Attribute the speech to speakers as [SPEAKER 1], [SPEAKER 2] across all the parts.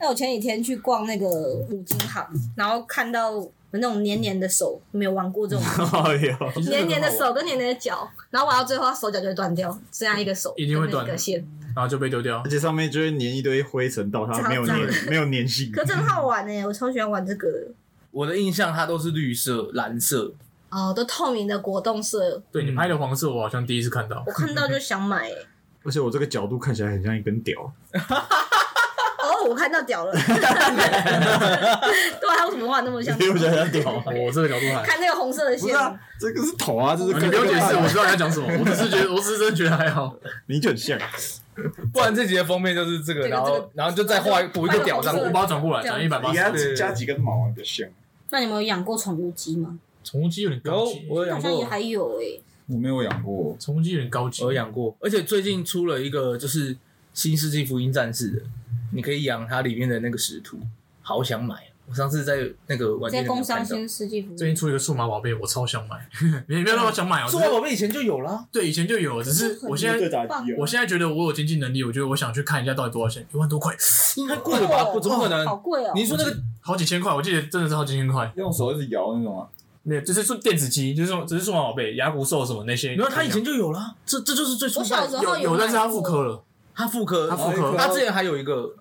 [SPEAKER 1] 那我前几天去逛那个五金行，然后看到那种黏黏的手，没有玩过这种
[SPEAKER 2] 哎呦，
[SPEAKER 3] 其实
[SPEAKER 1] 黏黏的
[SPEAKER 3] 很好玩
[SPEAKER 1] 手跟黏黏的脚，然后玩到最后手脚就会断掉，剩下一个手
[SPEAKER 3] 一定会
[SPEAKER 1] 跟那
[SPEAKER 3] 断的
[SPEAKER 1] 个线，
[SPEAKER 3] 然后就被丢掉
[SPEAKER 2] 而。且上面就会粘一堆灰尘到它，没有粘
[SPEAKER 1] 超
[SPEAKER 2] 没有粘性。
[SPEAKER 1] 可真好玩呢、我超喜欢玩这个的。
[SPEAKER 4] 我的印象它都是绿色、蓝色，
[SPEAKER 1] 哦，都透明的果冻色，
[SPEAKER 3] 对你
[SPEAKER 2] 嗯
[SPEAKER 3] 拍的黄色，我好像第一次看到
[SPEAKER 1] 我。看到就想买、欸。
[SPEAKER 2] 而且我这个角度看起来很像一根屌，
[SPEAKER 1] 哦，我看到屌了。对啊，为什么画那么像？
[SPEAKER 2] 我觉得很屌。
[SPEAKER 3] 哦我这个角度还。
[SPEAKER 1] 看那个红色的
[SPEAKER 2] 不
[SPEAKER 1] 线
[SPEAKER 2] 是，啊，这个是头啊，这是
[SPEAKER 3] 哦你不用解释，我知道你要讲什么。我只是觉得，我只是真的觉得还好。
[SPEAKER 2] 你就很 像。
[SPEAKER 4] 不然这集的封面就是这个，
[SPEAKER 1] 这个
[SPEAKER 4] 然
[SPEAKER 1] 这
[SPEAKER 4] 后
[SPEAKER 1] 个
[SPEAKER 4] 然后就再画补一个屌上
[SPEAKER 1] 这
[SPEAKER 3] 我
[SPEAKER 1] 个
[SPEAKER 3] 我
[SPEAKER 4] 去。
[SPEAKER 3] 把它转过来，转一百八
[SPEAKER 2] 你
[SPEAKER 3] 十
[SPEAKER 2] 给。它
[SPEAKER 4] 对对对
[SPEAKER 2] 加几根毛啊，比较像。
[SPEAKER 1] 那你们有养过宠物鸡吗？
[SPEAKER 3] 宠物鸡有点
[SPEAKER 4] 然后
[SPEAKER 3] 高级，
[SPEAKER 4] 我有
[SPEAKER 1] 好
[SPEAKER 4] 养
[SPEAKER 1] 像也
[SPEAKER 4] 过，啊
[SPEAKER 1] 还有欸诶、
[SPEAKER 5] 我没有养过，
[SPEAKER 3] 宠物鸡有点高级。
[SPEAKER 4] 我有养过，而且最近出了一个就是《新世纪福音战士》的，你可以养它里面的那个使徒，好想买。我上次在那个玩具
[SPEAKER 1] 在
[SPEAKER 4] 里面
[SPEAKER 1] 工
[SPEAKER 4] 有
[SPEAKER 1] 商
[SPEAKER 4] 看到。
[SPEAKER 1] 新世纪福
[SPEAKER 3] 最
[SPEAKER 1] 音
[SPEAKER 3] 近。出了一个数码宝贝，我超想买。 你不要我想买哦，
[SPEAKER 4] 数
[SPEAKER 3] 只
[SPEAKER 4] 码
[SPEAKER 3] 是
[SPEAKER 4] 宝贝以前就有啦，
[SPEAKER 3] 对以前就有，只是我现
[SPEAKER 2] 对
[SPEAKER 3] 在
[SPEAKER 2] 打击啊
[SPEAKER 3] 我现在觉得我有经济能力，我觉得我想去看一下到底多少钱，一万多块，
[SPEAKER 4] 应该贵了吧？
[SPEAKER 1] 哦
[SPEAKER 4] 怎么可
[SPEAKER 1] 好
[SPEAKER 4] 能？
[SPEAKER 1] 贵哦、
[SPEAKER 4] 你说那个
[SPEAKER 3] 好几千块，我记得真的是好几千
[SPEAKER 2] 啊
[SPEAKER 3] 块。
[SPEAKER 5] 用手一直摇那种啊。
[SPEAKER 3] 没有，就是数电子鸡，就是说只是数码宝贝、牙骨兽什么那些。
[SPEAKER 4] 没有，他以前就有啦，这这就是最初
[SPEAKER 1] 我小
[SPEAKER 4] 代
[SPEAKER 1] 时
[SPEAKER 4] 的。
[SPEAKER 1] 候
[SPEAKER 3] 有
[SPEAKER 1] 买
[SPEAKER 3] 有，但是它复刻了，
[SPEAKER 4] 他复刻，
[SPEAKER 3] 它复
[SPEAKER 5] 哦
[SPEAKER 3] 刻，
[SPEAKER 5] 有
[SPEAKER 4] 他之前还有一个，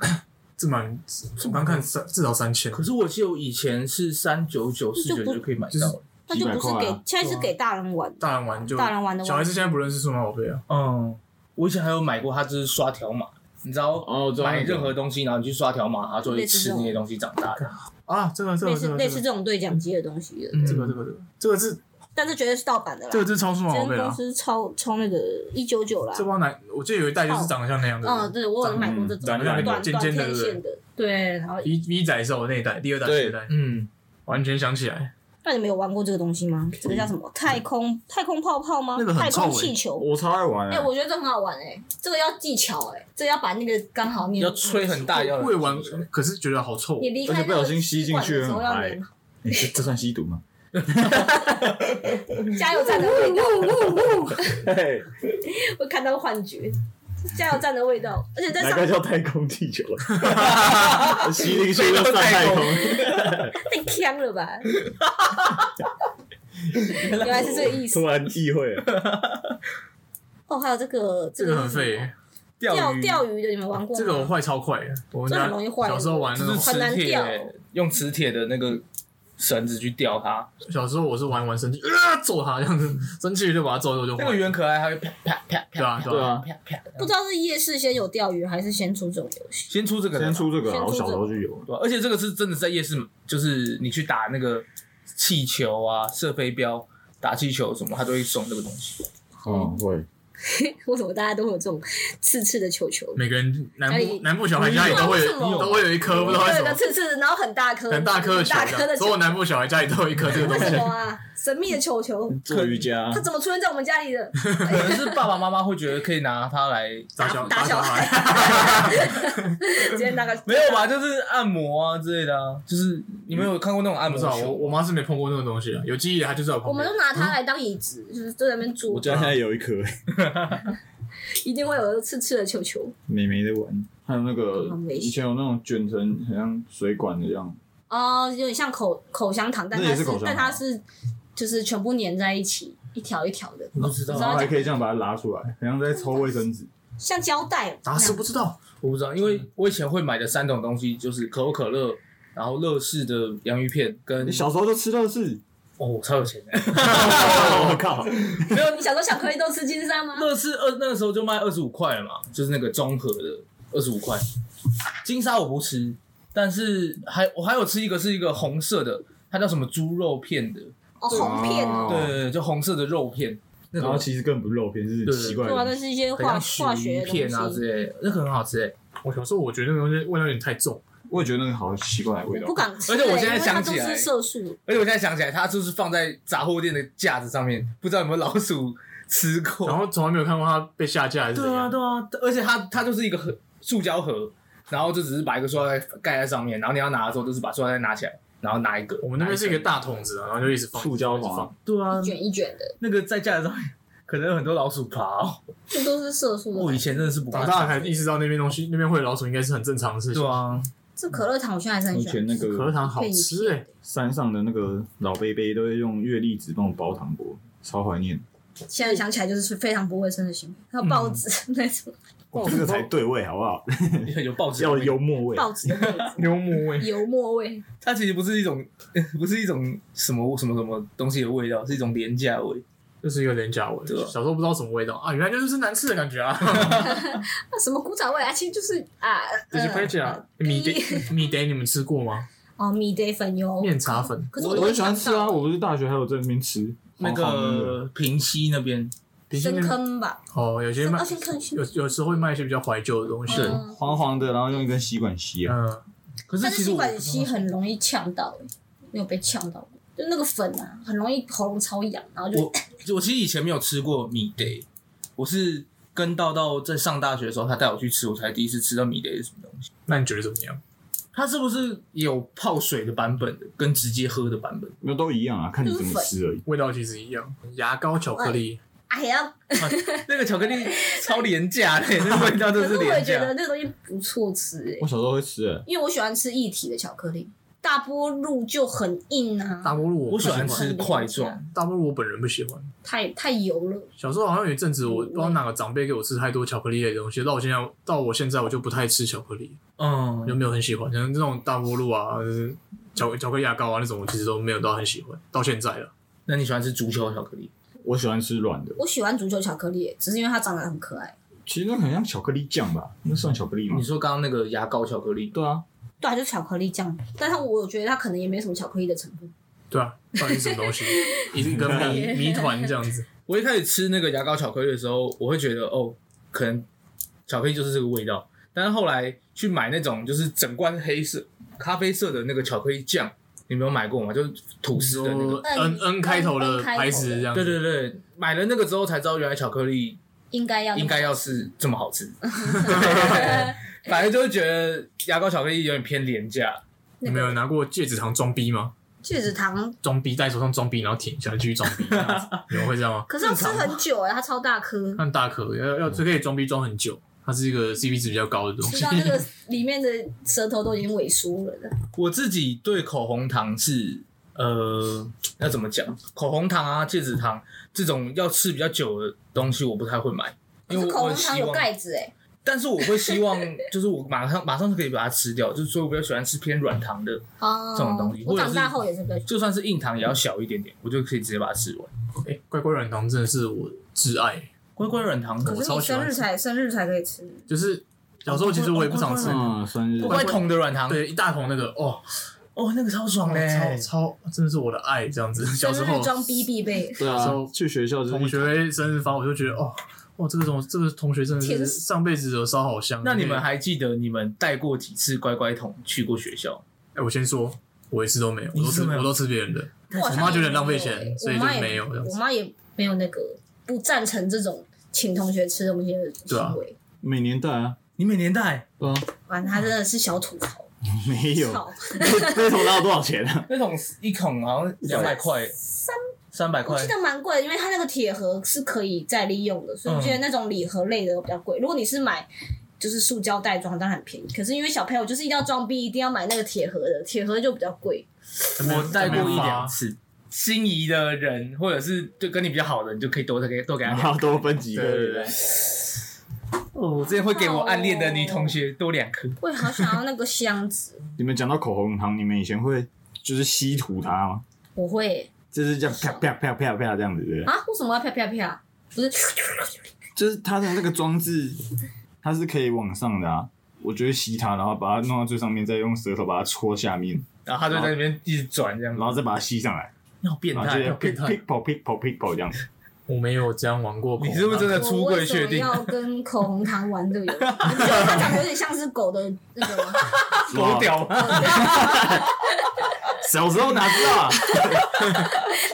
[SPEAKER 3] 这蛮我刚看三至少三千，
[SPEAKER 4] 可是我记得我以前是三九九四九就可以买
[SPEAKER 3] 就是
[SPEAKER 4] 到了。
[SPEAKER 1] 那就不
[SPEAKER 2] 几百
[SPEAKER 1] 是
[SPEAKER 2] 块
[SPEAKER 1] 给、
[SPEAKER 2] 啊
[SPEAKER 1] 现在是给大人玩，
[SPEAKER 3] 大人玩就
[SPEAKER 1] 大人玩的
[SPEAKER 3] 小孩
[SPEAKER 1] 玩
[SPEAKER 3] 子现在不认识数码宝贝啊，
[SPEAKER 4] 嗯，我以前还有买过，它就是刷条码，你知道，
[SPEAKER 5] 哦，
[SPEAKER 4] 买任何东西，然后你去刷条码，它就会吃那些东西长大的。
[SPEAKER 3] 啊，这个这
[SPEAKER 1] 类
[SPEAKER 3] 个这
[SPEAKER 1] 似
[SPEAKER 3] 个
[SPEAKER 1] 类
[SPEAKER 3] 这
[SPEAKER 1] 似
[SPEAKER 3] 个
[SPEAKER 1] 这种对讲机的东西的，
[SPEAKER 4] 嗯
[SPEAKER 3] 这个这个这个是
[SPEAKER 1] 但是绝对是啊盗版的啦。
[SPEAKER 3] 这个是超数码宝
[SPEAKER 1] 今
[SPEAKER 3] 贝
[SPEAKER 1] 天公
[SPEAKER 3] 啦，
[SPEAKER 1] 司超超那个一九九啦
[SPEAKER 3] 这。包哪？我记得有一代就是长得像那样的，
[SPEAKER 1] 嗯，对，我有买过这种
[SPEAKER 3] 长得
[SPEAKER 1] 短
[SPEAKER 3] 像那个
[SPEAKER 1] 短
[SPEAKER 3] 尖尖的
[SPEAKER 1] 天线的，对，然后
[SPEAKER 3] V V 仔是我那一代，第二代
[SPEAKER 5] 对
[SPEAKER 3] 第二代，
[SPEAKER 4] 嗯，
[SPEAKER 3] 完全想起来，
[SPEAKER 1] 那你们有玩过这个东西吗？这个叫什么？太空太空泡泡吗
[SPEAKER 3] 那个？很
[SPEAKER 1] 太空
[SPEAKER 3] 臭欸
[SPEAKER 1] 气球？
[SPEAKER 2] 我超爱玩
[SPEAKER 1] 哎、
[SPEAKER 2] 啊，
[SPEAKER 1] 我觉得这很好玩哎、这个要技巧哎、这个要把那个刚好捏
[SPEAKER 4] 要吹很大，要
[SPEAKER 3] 会玩，可是觉得好臭
[SPEAKER 1] 你，离
[SPEAKER 2] 而
[SPEAKER 1] 开
[SPEAKER 2] 且不小心吸进去
[SPEAKER 1] 那个吸管的时候要
[SPEAKER 2] 很
[SPEAKER 1] 粘好。
[SPEAKER 2] 你这这算吸毒吗？
[SPEAKER 1] 加油站的味道，
[SPEAKER 2] 嘿，
[SPEAKER 1] 会看到幻觉。加油站的味道，而且在
[SPEAKER 2] 哪
[SPEAKER 1] 上
[SPEAKER 2] 个叫太空地球？ 吸进去就算太空。
[SPEAKER 1] 太呛了吧？原来是这个意思
[SPEAKER 2] 突然意会了，
[SPEAKER 1] 哦。还有这个，
[SPEAKER 3] 这个很废，
[SPEAKER 1] 钓
[SPEAKER 4] 鱼，
[SPEAKER 1] 钓鱼的，你们玩过吗？
[SPEAKER 3] 这个我坏超快的，我们
[SPEAKER 1] 这啊
[SPEAKER 3] 家
[SPEAKER 1] 很容易坏
[SPEAKER 3] 小时候玩那
[SPEAKER 4] 就是
[SPEAKER 3] 种，
[SPEAKER 1] 很难
[SPEAKER 4] 磁铁、
[SPEAKER 1] 钓
[SPEAKER 4] 用磁铁的那个绳子去钓它，
[SPEAKER 3] 小时候我是玩玩生气，啊揍他这样子， 生气就把他揍一揍就
[SPEAKER 4] 那个
[SPEAKER 3] 坏，
[SPEAKER 4] 鱼很可爱，它会啪啪啪啪，
[SPEAKER 3] 对啊对啊，
[SPEAKER 4] 啪啪啪啪。
[SPEAKER 1] 不知道是夜市先有钓鱼，还是先出这种游戏？
[SPEAKER 4] 先出这个的吧，
[SPEAKER 2] 先出这个
[SPEAKER 1] 先
[SPEAKER 2] 啊，
[SPEAKER 1] 出
[SPEAKER 2] 我
[SPEAKER 1] 这个
[SPEAKER 2] 小时候就有了。
[SPEAKER 4] 对啊、而且这个是真的在夜市，就是你去打那个气球啊、射飞镖、打气球什么，他都会送这个东西。
[SPEAKER 5] 哦
[SPEAKER 2] 嗯，会。
[SPEAKER 1] 为什么大家都会有这种刺刺的球球？
[SPEAKER 3] 每个人南
[SPEAKER 1] 哎
[SPEAKER 3] 部南部小孩家里都会
[SPEAKER 1] 你有为什么
[SPEAKER 3] 都会有一颗，不知道为
[SPEAKER 1] 对
[SPEAKER 3] 什
[SPEAKER 1] 有个
[SPEAKER 3] 么。
[SPEAKER 1] 刺刺，然后很大颗，
[SPEAKER 3] 很大颗的
[SPEAKER 1] 很
[SPEAKER 3] 球啊
[SPEAKER 1] 大颗的，
[SPEAKER 3] 所有南部小孩家里都有一颗这个东
[SPEAKER 1] 为
[SPEAKER 3] 西
[SPEAKER 1] 什。么啊？神秘的球 球，
[SPEAKER 2] 做瑜伽啊
[SPEAKER 1] 它怎么出现在我们家里的？
[SPEAKER 4] 可能是爸爸妈妈会觉得可以拿它来，
[SPEAKER 3] 打小
[SPEAKER 1] 打小
[SPEAKER 3] 小
[SPEAKER 1] 孩，直接拿 个
[SPEAKER 4] 没有吧？？就是按摩啊之类的啊。就是你们有看过那种按
[SPEAKER 3] 不
[SPEAKER 4] 摩
[SPEAKER 3] 知道，我
[SPEAKER 4] 球？
[SPEAKER 3] 我妈是没碰过那种东西的，有记忆的她就在我
[SPEAKER 1] 我
[SPEAKER 3] 旁
[SPEAKER 1] 们都。
[SPEAKER 3] 边
[SPEAKER 1] 拿它来当椅子，就是坐在那边
[SPEAKER 2] 我
[SPEAKER 1] 煮，
[SPEAKER 2] 家现在有一颗，
[SPEAKER 1] 一定会有刺刺的球球。
[SPEAKER 2] 美眉在玩。
[SPEAKER 5] 还有那个
[SPEAKER 1] 很危险
[SPEAKER 5] 以前有那种卷成很像水管的这样，
[SPEAKER 1] 哦，有点像口口香糖，但
[SPEAKER 2] 那
[SPEAKER 1] 它
[SPEAKER 2] 也是口香糖
[SPEAKER 1] 但它是就是全部粘在一起，一条一条的，
[SPEAKER 4] 我不知道
[SPEAKER 1] 知
[SPEAKER 5] 然
[SPEAKER 1] 道
[SPEAKER 5] 后还可以这样把它拉出来，很像在抽卫生纸。
[SPEAKER 1] 像胶带。哦
[SPEAKER 3] 打死不知道，
[SPEAKER 4] 我不知道，因为我以前会买的三种东西就是可口可乐，然后乐事的洋芋片跟
[SPEAKER 5] 你小时候就吃到是，
[SPEAKER 4] 哦，我超有钱的，
[SPEAKER 2] 我靠！
[SPEAKER 1] 没有，你小时候小颗粒都吃金山 吗？
[SPEAKER 4] 乐事二那个时候就卖二十五块了嘛，就是那个综合的二十五块。金沙我不吃，但是还我还有吃一个是一个红色的，它叫什么猪肉片的，
[SPEAKER 1] 哦，红片哦。
[SPEAKER 4] 对对对，就红色的肉片，那
[SPEAKER 2] 然后
[SPEAKER 4] 种
[SPEAKER 2] 其实根本不是肉片，是
[SPEAKER 4] 对
[SPEAKER 2] 奇怪
[SPEAKER 1] 对啊，那
[SPEAKER 2] 的。
[SPEAKER 1] 是一些
[SPEAKER 4] 很
[SPEAKER 1] 化
[SPEAKER 4] 像
[SPEAKER 1] 化
[SPEAKER 4] 鳕鱼
[SPEAKER 1] 学
[SPEAKER 4] 片
[SPEAKER 1] 的
[SPEAKER 4] 啊
[SPEAKER 1] 东西，
[SPEAKER 4] 之类的，那个很好吃哎、
[SPEAKER 3] 我小时候我觉得那个东西味道有点太重，
[SPEAKER 5] 我也觉得那个好奇怪的味道
[SPEAKER 1] 不。敢吃。
[SPEAKER 4] 而且我
[SPEAKER 1] 欸
[SPEAKER 4] 现在
[SPEAKER 1] 因为
[SPEAKER 4] 想
[SPEAKER 1] 它都
[SPEAKER 4] 起来
[SPEAKER 1] 是色素，
[SPEAKER 4] 而且我现在想起来，它就是放在杂货店的架子上面，不知道有没有老鼠吃过。
[SPEAKER 3] 然后从来没有看过它被下架还是怎
[SPEAKER 4] 哦对啊，
[SPEAKER 3] 样。
[SPEAKER 4] 对啊，而且它它就是一个盒，塑胶盒，然后就只是把一个塑料袋盖在上面，然后你要拿的时候就是把塑料袋拿起来，然后拿一个。
[SPEAKER 3] 我们那边是一个大桶子啊，然后就一直放
[SPEAKER 2] 塑胶
[SPEAKER 3] 一直
[SPEAKER 2] 桶
[SPEAKER 3] 放
[SPEAKER 2] 啊，
[SPEAKER 4] 对啊
[SPEAKER 1] 一，卷一卷的，
[SPEAKER 4] 那个在架子上面可能有很多老鼠爬哦。
[SPEAKER 1] 这都是色素的
[SPEAKER 4] 我
[SPEAKER 1] 东
[SPEAKER 4] 以
[SPEAKER 1] 西。
[SPEAKER 4] 前真的是不怕
[SPEAKER 3] 长大才意识到那边东西那边会有老鼠应该是很正常的事情
[SPEAKER 4] 对。啊，
[SPEAKER 1] 这可乐糖我现在还是很
[SPEAKER 5] 以
[SPEAKER 1] 喜欢
[SPEAKER 5] 前那
[SPEAKER 1] 吃，
[SPEAKER 3] 可乐
[SPEAKER 5] 个
[SPEAKER 3] 糖好吃哎、
[SPEAKER 5] 山上的那个老贝贝都会用月历纸帮我包糖果，超怀念。
[SPEAKER 1] 现在想起来就是非常不卫生的行为，还有报纸 那种
[SPEAKER 5] 哇这个才对味好不好？
[SPEAKER 4] 有报纸
[SPEAKER 2] 要
[SPEAKER 4] 味
[SPEAKER 2] 幽默味，
[SPEAKER 1] 报纸的位
[SPEAKER 3] 牛魔味
[SPEAKER 1] 置，油墨味，
[SPEAKER 4] 它其实不是一种， 不是一种什么什么什么东西的味道，是一种廉价味。
[SPEAKER 3] 就是一个廉价味，
[SPEAKER 4] 对啊
[SPEAKER 3] 小时候不知道什么味道啊，原来就是难吃的感觉啊，
[SPEAKER 1] 那什么古早味啊，其实就是啊，
[SPEAKER 3] 这些
[SPEAKER 1] 呃
[SPEAKER 3] 拍起来米
[SPEAKER 1] 第
[SPEAKER 3] 得米得你们吃过吗？
[SPEAKER 1] 哦，米得粉油，
[SPEAKER 3] 面茶粉，
[SPEAKER 1] 可是
[SPEAKER 5] 我
[SPEAKER 1] 都
[SPEAKER 5] 很喜欢吃
[SPEAKER 1] 想
[SPEAKER 5] 啊，
[SPEAKER 1] 到
[SPEAKER 5] 我不是大学还有在那边吃
[SPEAKER 4] 那
[SPEAKER 5] 好好的
[SPEAKER 4] 个平西那边，
[SPEAKER 3] 冰淇
[SPEAKER 1] 深
[SPEAKER 3] 淋
[SPEAKER 1] 坑吧，
[SPEAKER 3] 哦，有些
[SPEAKER 1] 深
[SPEAKER 3] 卖
[SPEAKER 1] 哦深坑区
[SPEAKER 3] 有有时候会卖一些比较怀旧的东西，
[SPEAKER 4] 是
[SPEAKER 1] 嗯
[SPEAKER 5] 黄黄的，然后用一根吸管吸啊。
[SPEAKER 3] 嗯，
[SPEAKER 4] 可是
[SPEAKER 1] 但
[SPEAKER 4] 其
[SPEAKER 1] 是
[SPEAKER 4] 实
[SPEAKER 1] 吸
[SPEAKER 4] 我
[SPEAKER 1] 管吸很容易呛到、欸，没有被呛到过，就那个粉啊，很容易喉咙超痒，然后就
[SPEAKER 4] 我我其实以前没有吃过米得，我是跟道道在上大学的时候，他带我去吃，我才第一次吃到米得是什么东西。
[SPEAKER 3] 那你觉得怎么样？
[SPEAKER 4] 它是不是有泡水的版本的，跟直接喝的版本？
[SPEAKER 5] 那都一样啊，看你怎么吃而已。
[SPEAKER 3] 味道其实一样，牙膏、巧克力，
[SPEAKER 1] 哎呀，
[SPEAKER 4] 那个巧克力超廉价的，那个味道真
[SPEAKER 1] 可
[SPEAKER 4] 的
[SPEAKER 1] 是我也
[SPEAKER 4] 廉
[SPEAKER 1] 觉得
[SPEAKER 4] 价。
[SPEAKER 1] 那个东西不错吃、欸，
[SPEAKER 5] 我小时候会吃、欸，
[SPEAKER 1] 因为我喜欢吃一体的巧克力，大波露就很硬
[SPEAKER 3] 大
[SPEAKER 1] 啊，
[SPEAKER 3] 波路
[SPEAKER 4] 我
[SPEAKER 3] 不
[SPEAKER 4] 喜
[SPEAKER 3] 喜
[SPEAKER 4] 欢
[SPEAKER 3] 欢
[SPEAKER 4] 吃块状，
[SPEAKER 3] 大波路我本人不喜欢。
[SPEAKER 1] 太太油了，
[SPEAKER 3] 小时候好像有一阵子，我不知道哪个长辈给我吃太多巧克力类的东西，到我现在到我现在我就不太吃巧克力，
[SPEAKER 4] 嗯
[SPEAKER 3] 我就，没有很喜欢，像这种大波路啊，就是巧巧克力牙膏啊那种，我其实都没有到很喜欢，到现在了。
[SPEAKER 4] 那你喜欢吃足球巧克力？
[SPEAKER 5] 我喜欢吃软的，
[SPEAKER 1] 我喜欢足球巧克力、欸只是因为它长得很可爱，
[SPEAKER 5] 其实那很像巧克力酱吧？那算巧克力吗
[SPEAKER 3] 嗯
[SPEAKER 4] 你？说刚刚那个牙膏巧克力，
[SPEAKER 5] 对啊，
[SPEAKER 1] 对啊，就巧克力酱，但它我觉得它可能也没什么巧克力的成分，
[SPEAKER 3] 对啊，到底是什么 东西？一个谜谜团这样子，
[SPEAKER 4] 我一开始吃那个牙膏巧克力的时候，我会觉得哦，可能巧克力就是这个味道。但是后来去买那种就是整罐黑色、咖啡色的那个巧克力酱，你没有买过吗？就是吐司的那
[SPEAKER 3] 说
[SPEAKER 4] 个。
[SPEAKER 1] 嗯
[SPEAKER 3] N N 开头的牌子这样子，
[SPEAKER 4] 对对对，买了那个之后才知道，原来巧克力
[SPEAKER 1] 应该要
[SPEAKER 4] 应该要 是这么好吃。反正就会觉得牙膏巧克力有点偏廉价。
[SPEAKER 3] 你们有拿过戒指糖装逼吗？
[SPEAKER 1] 戒指糖，
[SPEAKER 3] 装逼戴手上装逼，然后舔一下继续装逼，这样子你们会这 样吗？
[SPEAKER 1] 可是要吃很久哎、它超 大颗。
[SPEAKER 3] 看大可要要这可以装逼装很久，它是一个 CP 值比较高的东
[SPEAKER 1] 吃
[SPEAKER 3] 西
[SPEAKER 1] 到。那个里面的舌头都已经萎缩了的，
[SPEAKER 4] 我自己对口红糖是呃，要怎么讲？口红糖啊、戒指糖这种要吃比较久的东西，我不太会买，因
[SPEAKER 1] 可
[SPEAKER 4] 为
[SPEAKER 1] 是
[SPEAKER 4] 我
[SPEAKER 1] 口
[SPEAKER 4] 我
[SPEAKER 1] 红
[SPEAKER 4] 很
[SPEAKER 1] 糖
[SPEAKER 4] 希
[SPEAKER 1] 有
[SPEAKER 4] 望，
[SPEAKER 1] 盖子哎、
[SPEAKER 4] 但是我会希望就是我马上马上就可以把它吃掉，就是所以我比较喜欢吃偏软糖的，
[SPEAKER 1] 哦，
[SPEAKER 4] 这种东西
[SPEAKER 1] 我
[SPEAKER 4] 或者
[SPEAKER 1] 长
[SPEAKER 4] 是
[SPEAKER 1] 大后也是比较喜欢
[SPEAKER 4] 就算是硬糖也要小一点点，我就可以直接把它吃完。
[SPEAKER 3] 哎、乖乖软糖真的是我挚爱，
[SPEAKER 4] 乖乖软糖
[SPEAKER 1] 可
[SPEAKER 3] 我
[SPEAKER 1] 是你
[SPEAKER 3] 超喜
[SPEAKER 1] 生
[SPEAKER 3] 欢
[SPEAKER 1] 日
[SPEAKER 3] 吃
[SPEAKER 1] 才生日才可以吃，
[SPEAKER 3] 就是小时候其实我也不常吃，
[SPEAKER 5] 嗯，生日
[SPEAKER 4] 乖乖桶的软糖，
[SPEAKER 3] 对一大桶那个哦，
[SPEAKER 4] 哦，那个超爽欸嘞、
[SPEAKER 3] 超超真的是我的爱，这样子。小时
[SPEAKER 1] 生
[SPEAKER 3] 候
[SPEAKER 1] 日装逼必 备，
[SPEAKER 5] 对
[SPEAKER 3] 小时候
[SPEAKER 5] 啊，去学校就是
[SPEAKER 3] 同学生日发，我就觉得哦。哇，这个同这个同学真的
[SPEAKER 1] 天
[SPEAKER 3] 是
[SPEAKER 1] 使
[SPEAKER 3] 上辈子有烧好香。
[SPEAKER 4] 那你们还记得你们带过几次乖乖桶去过学校？
[SPEAKER 3] 哎、我先说，我一次都没有，我
[SPEAKER 4] 你
[SPEAKER 3] 都
[SPEAKER 4] 一次
[SPEAKER 3] 吃
[SPEAKER 4] 都没有
[SPEAKER 3] 我都吃别人的。
[SPEAKER 1] 我好像
[SPEAKER 3] 我妈觉得
[SPEAKER 1] 也
[SPEAKER 3] 浪费
[SPEAKER 1] 没有
[SPEAKER 3] 钱
[SPEAKER 1] 欸
[SPEAKER 3] 所以
[SPEAKER 1] 我妈
[SPEAKER 3] 就
[SPEAKER 1] 也
[SPEAKER 3] 没有这样子
[SPEAKER 1] 我妈也没有那个不赞成这种请同学吃东西的
[SPEAKER 3] 对啊
[SPEAKER 1] 行为，
[SPEAKER 5] 每年带啊，
[SPEAKER 4] 你每年带
[SPEAKER 5] 对啊，
[SPEAKER 1] 反正她真的是小吐槽，
[SPEAKER 3] 哎
[SPEAKER 5] 没有，
[SPEAKER 1] 操，
[SPEAKER 5] 那桶要多少钱啊？
[SPEAKER 4] 那桶一桶好像两百块，
[SPEAKER 1] 三
[SPEAKER 4] 三百
[SPEAKER 1] 我
[SPEAKER 4] 块
[SPEAKER 1] 记。得蛮贵的，因为它那个铁盒是可以再利用的，
[SPEAKER 3] 嗯
[SPEAKER 1] 所以我记得那种礼盒类的比较贵。如果你是买就是塑胶袋装，当然很便宜。可是因为小朋友就是一定要装逼，一定要买那个铁盒的，铁盒就比较贵。
[SPEAKER 4] 我带过一两
[SPEAKER 3] 次，
[SPEAKER 4] 次。心仪的人，或者是就跟你比较好的，你就可以多给多给他
[SPEAKER 5] 然
[SPEAKER 4] 两
[SPEAKER 5] 后多分几
[SPEAKER 3] 对对
[SPEAKER 5] 个
[SPEAKER 3] 对，，
[SPEAKER 4] 哦，我之前会给我暗恋的女同学多两颗。
[SPEAKER 1] 我也好想要那个箱子，
[SPEAKER 5] 你们讲到口红糖，你们以前会就是吸吐它吗？
[SPEAKER 1] 我会
[SPEAKER 5] 就是这样啪啪啪啪啪这样子，对不对？
[SPEAKER 1] 啊？为什么要啪啪啪？不是，
[SPEAKER 5] 就是它的那个装置，它是可以往上的啊。我就会吸它，然后把它弄到最上面，再用舌头把它戳下面，
[SPEAKER 4] 然后他就在那边一直转这样
[SPEAKER 5] 然
[SPEAKER 4] 子，
[SPEAKER 5] 后再把它吸上来，
[SPEAKER 4] 你好变
[SPEAKER 5] 然后啊就
[SPEAKER 4] 态哦！
[SPEAKER 5] 这样 pick
[SPEAKER 3] 变态
[SPEAKER 5] pick 跑 pick 跑 pick 跑这样。
[SPEAKER 3] 我没有这样玩过口红
[SPEAKER 4] 你
[SPEAKER 3] 糖。
[SPEAKER 4] 是不是真的出
[SPEAKER 1] 我
[SPEAKER 4] 柜
[SPEAKER 1] 为什
[SPEAKER 4] 确
[SPEAKER 1] 么
[SPEAKER 4] 定？
[SPEAKER 1] 要跟口红糖玩这个 游戏？你不觉得它长得有点像是狗的那个 吗？
[SPEAKER 4] 啊狗屌吗？
[SPEAKER 5] 小时候哪知道啊？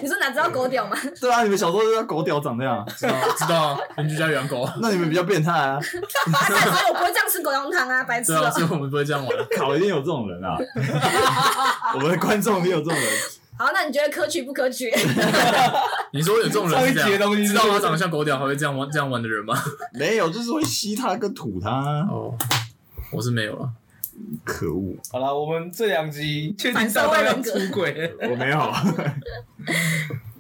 [SPEAKER 1] 你说哪知道狗屌吗？
[SPEAKER 5] 对啊，你们小时候就叫狗屌长这样啊，
[SPEAKER 3] 知道知道啊，邻居家养狗啊，
[SPEAKER 5] 那你们比较变态啊，
[SPEAKER 1] 啊但是我不会这样吃狗红糖啊，白痴
[SPEAKER 3] 对
[SPEAKER 1] 哦、
[SPEAKER 3] 啊，所以我们不会这样玩。
[SPEAKER 5] 考一定有这种人啊，我们的观众也有这种人，
[SPEAKER 1] 好，那你觉得可取不可取？
[SPEAKER 3] 你说有这种
[SPEAKER 4] 上
[SPEAKER 3] 人
[SPEAKER 4] 一
[SPEAKER 3] 是这样
[SPEAKER 4] 集的东西是
[SPEAKER 3] 知道他长得像狗屌还会这样玩这样玩的人吗？
[SPEAKER 5] 没有，就是会吸他跟吐他啊，
[SPEAKER 3] 哦，我是没有了。
[SPEAKER 5] 可恶，
[SPEAKER 4] 好了，我们这两集确定
[SPEAKER 1] 反
[SPEAKER 4] 大
[SPEAKER 1] 社会
[SPEAKER 4] 家要
[SPEAKER 1] 人
[SPEAKER 4] 出
[SPEAKER 1] 格
[SPEAKER 4] 轨，
[SPEAKER 5] 我没有。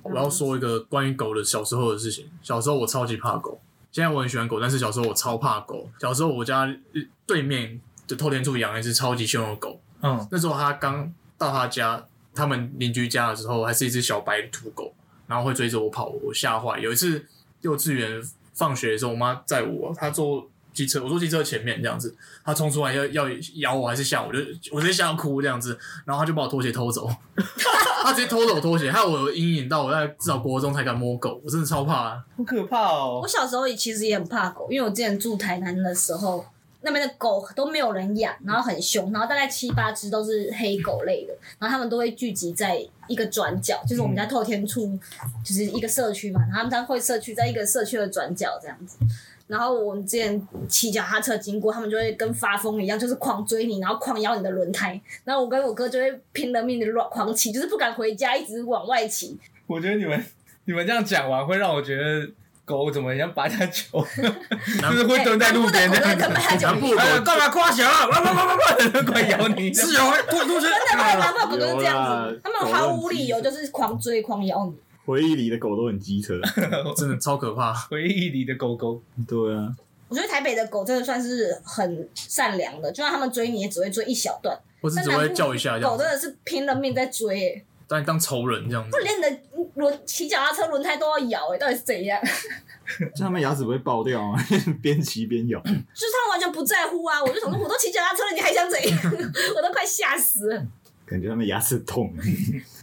[SPEAKER 3] 我要说一个关于狗的小时候的事情。小时候我超级怕狗，现在我很喜欢狗，但是小时候我超怕狗。小时候我家呃对面的透天处养了一只超级凶的狗，
[SPEAKER 4] 嗯，
[SPEAKER 3] 那时候他刚到他家，他们邻居家的时候，还是一只小白土狗，然后会追着我跑，我吓坏。有一次幼稚园放学的时候，我妈载我，她坐机车，我坐机车前面这样子，她冲出来要要咬我还是吓我，我就我直接吓到哭这样子，然后她就把我拖鞋偷走，她直接偷走我拖鞋，害我有阴影到我在至少国中才敢摸狗，我真的超怕的。
[SPEAKER 4] 好可怕
[SPEAKER 1] 我
[SPEAKER 4] 哦。
[SPEAKER 1] 小时候也其实也很怕狗，因为我之前住台南的时候，那边的狗都没有人养，然后很凶，然后大概七八只都是黑狗类的，然后它们都会聚集在一个转角，就是我们
[SPEAKER 4] 嗯
[SPEAKER 1] 家透天处，就是一个社区嘛，然后他们它会社区在一个社区的转角这样子。然后我们之前骑脚踏车经过，他们就会跟发疯一样，就是狂追你，然后狂咬你的轮胎。然后我跟我哥就会拼了命的乱狂骑，就是不敢回家，一直往外骑。
[SPEAKER 4] 我觉得你们你们这样讲完，会让我觉得狗怎么很像八加 九，
[SPEAKER 1] 哎
[SPEAKER 4] 就是会蹲在路边这样
[SPEAKER 1] 对
[SPEAKER 4] 子
[SPEAKER 1] 蹲。在
[SPEAKER 3] 南部
[SPEAKER 1] 路
[SPEAKER 3] 的
[SPEAKER 4] 哎
[SPEAKER 3] 狗
[SPEAKER 4] 干嘛夸小啊？哇哇哇哇 哇！快咬你！是
[SPEAKER 1] 啊
[SPEAKER 4] 哦， 拖拖鞋。
[SPEAKER 1] 真的吗？南法不都是这样
[SPEAKER 5] 有啦
[SPEAKER 1] 子？他们毫无理
[SPEAKER 3] 啊
[SPEAKER 1] 由就是狂追狂咬你。
[SPEAKER 5] 回忆里的狗都很机车，
[SPEAKER 3] 真的超可怕。
[SPEAKER 4] 回忆里的狗狗，
[SPEAKER 5] 对啊，
[SPEAKER 1] 我觉得台北的狗真的算是很善良的，就算他们追你，也只会追一小段。
[SPEAKER 3] 我是
[SPEAKER 1] 但
[SPEAKER 3] 只
[SPEAKER 1] 南部
[SPEAKER 3] 会叫一下这样
[SPEAKER 1] 狗
[SPEAKER 3] 子
[SPEAKER 1] 真，的是拼了命在追、欸，
[SPEAKER 3] 把你当仇人这样子
[SPEAKER 1] 不。连你的轮骑脚踏车轮胎都要咬、欸，到底是怎样？
[SPEAKER 5] 这样他们牙齿不会爆掉啊， 边骑边咬。
[SPEAKER 1] 就是他们完全不在乎啊！我就想说，我都骑脚踏车了，你还想怎样？ 我都快吓死了。
[SPEAKER 5] 感觉他们牙齿痛。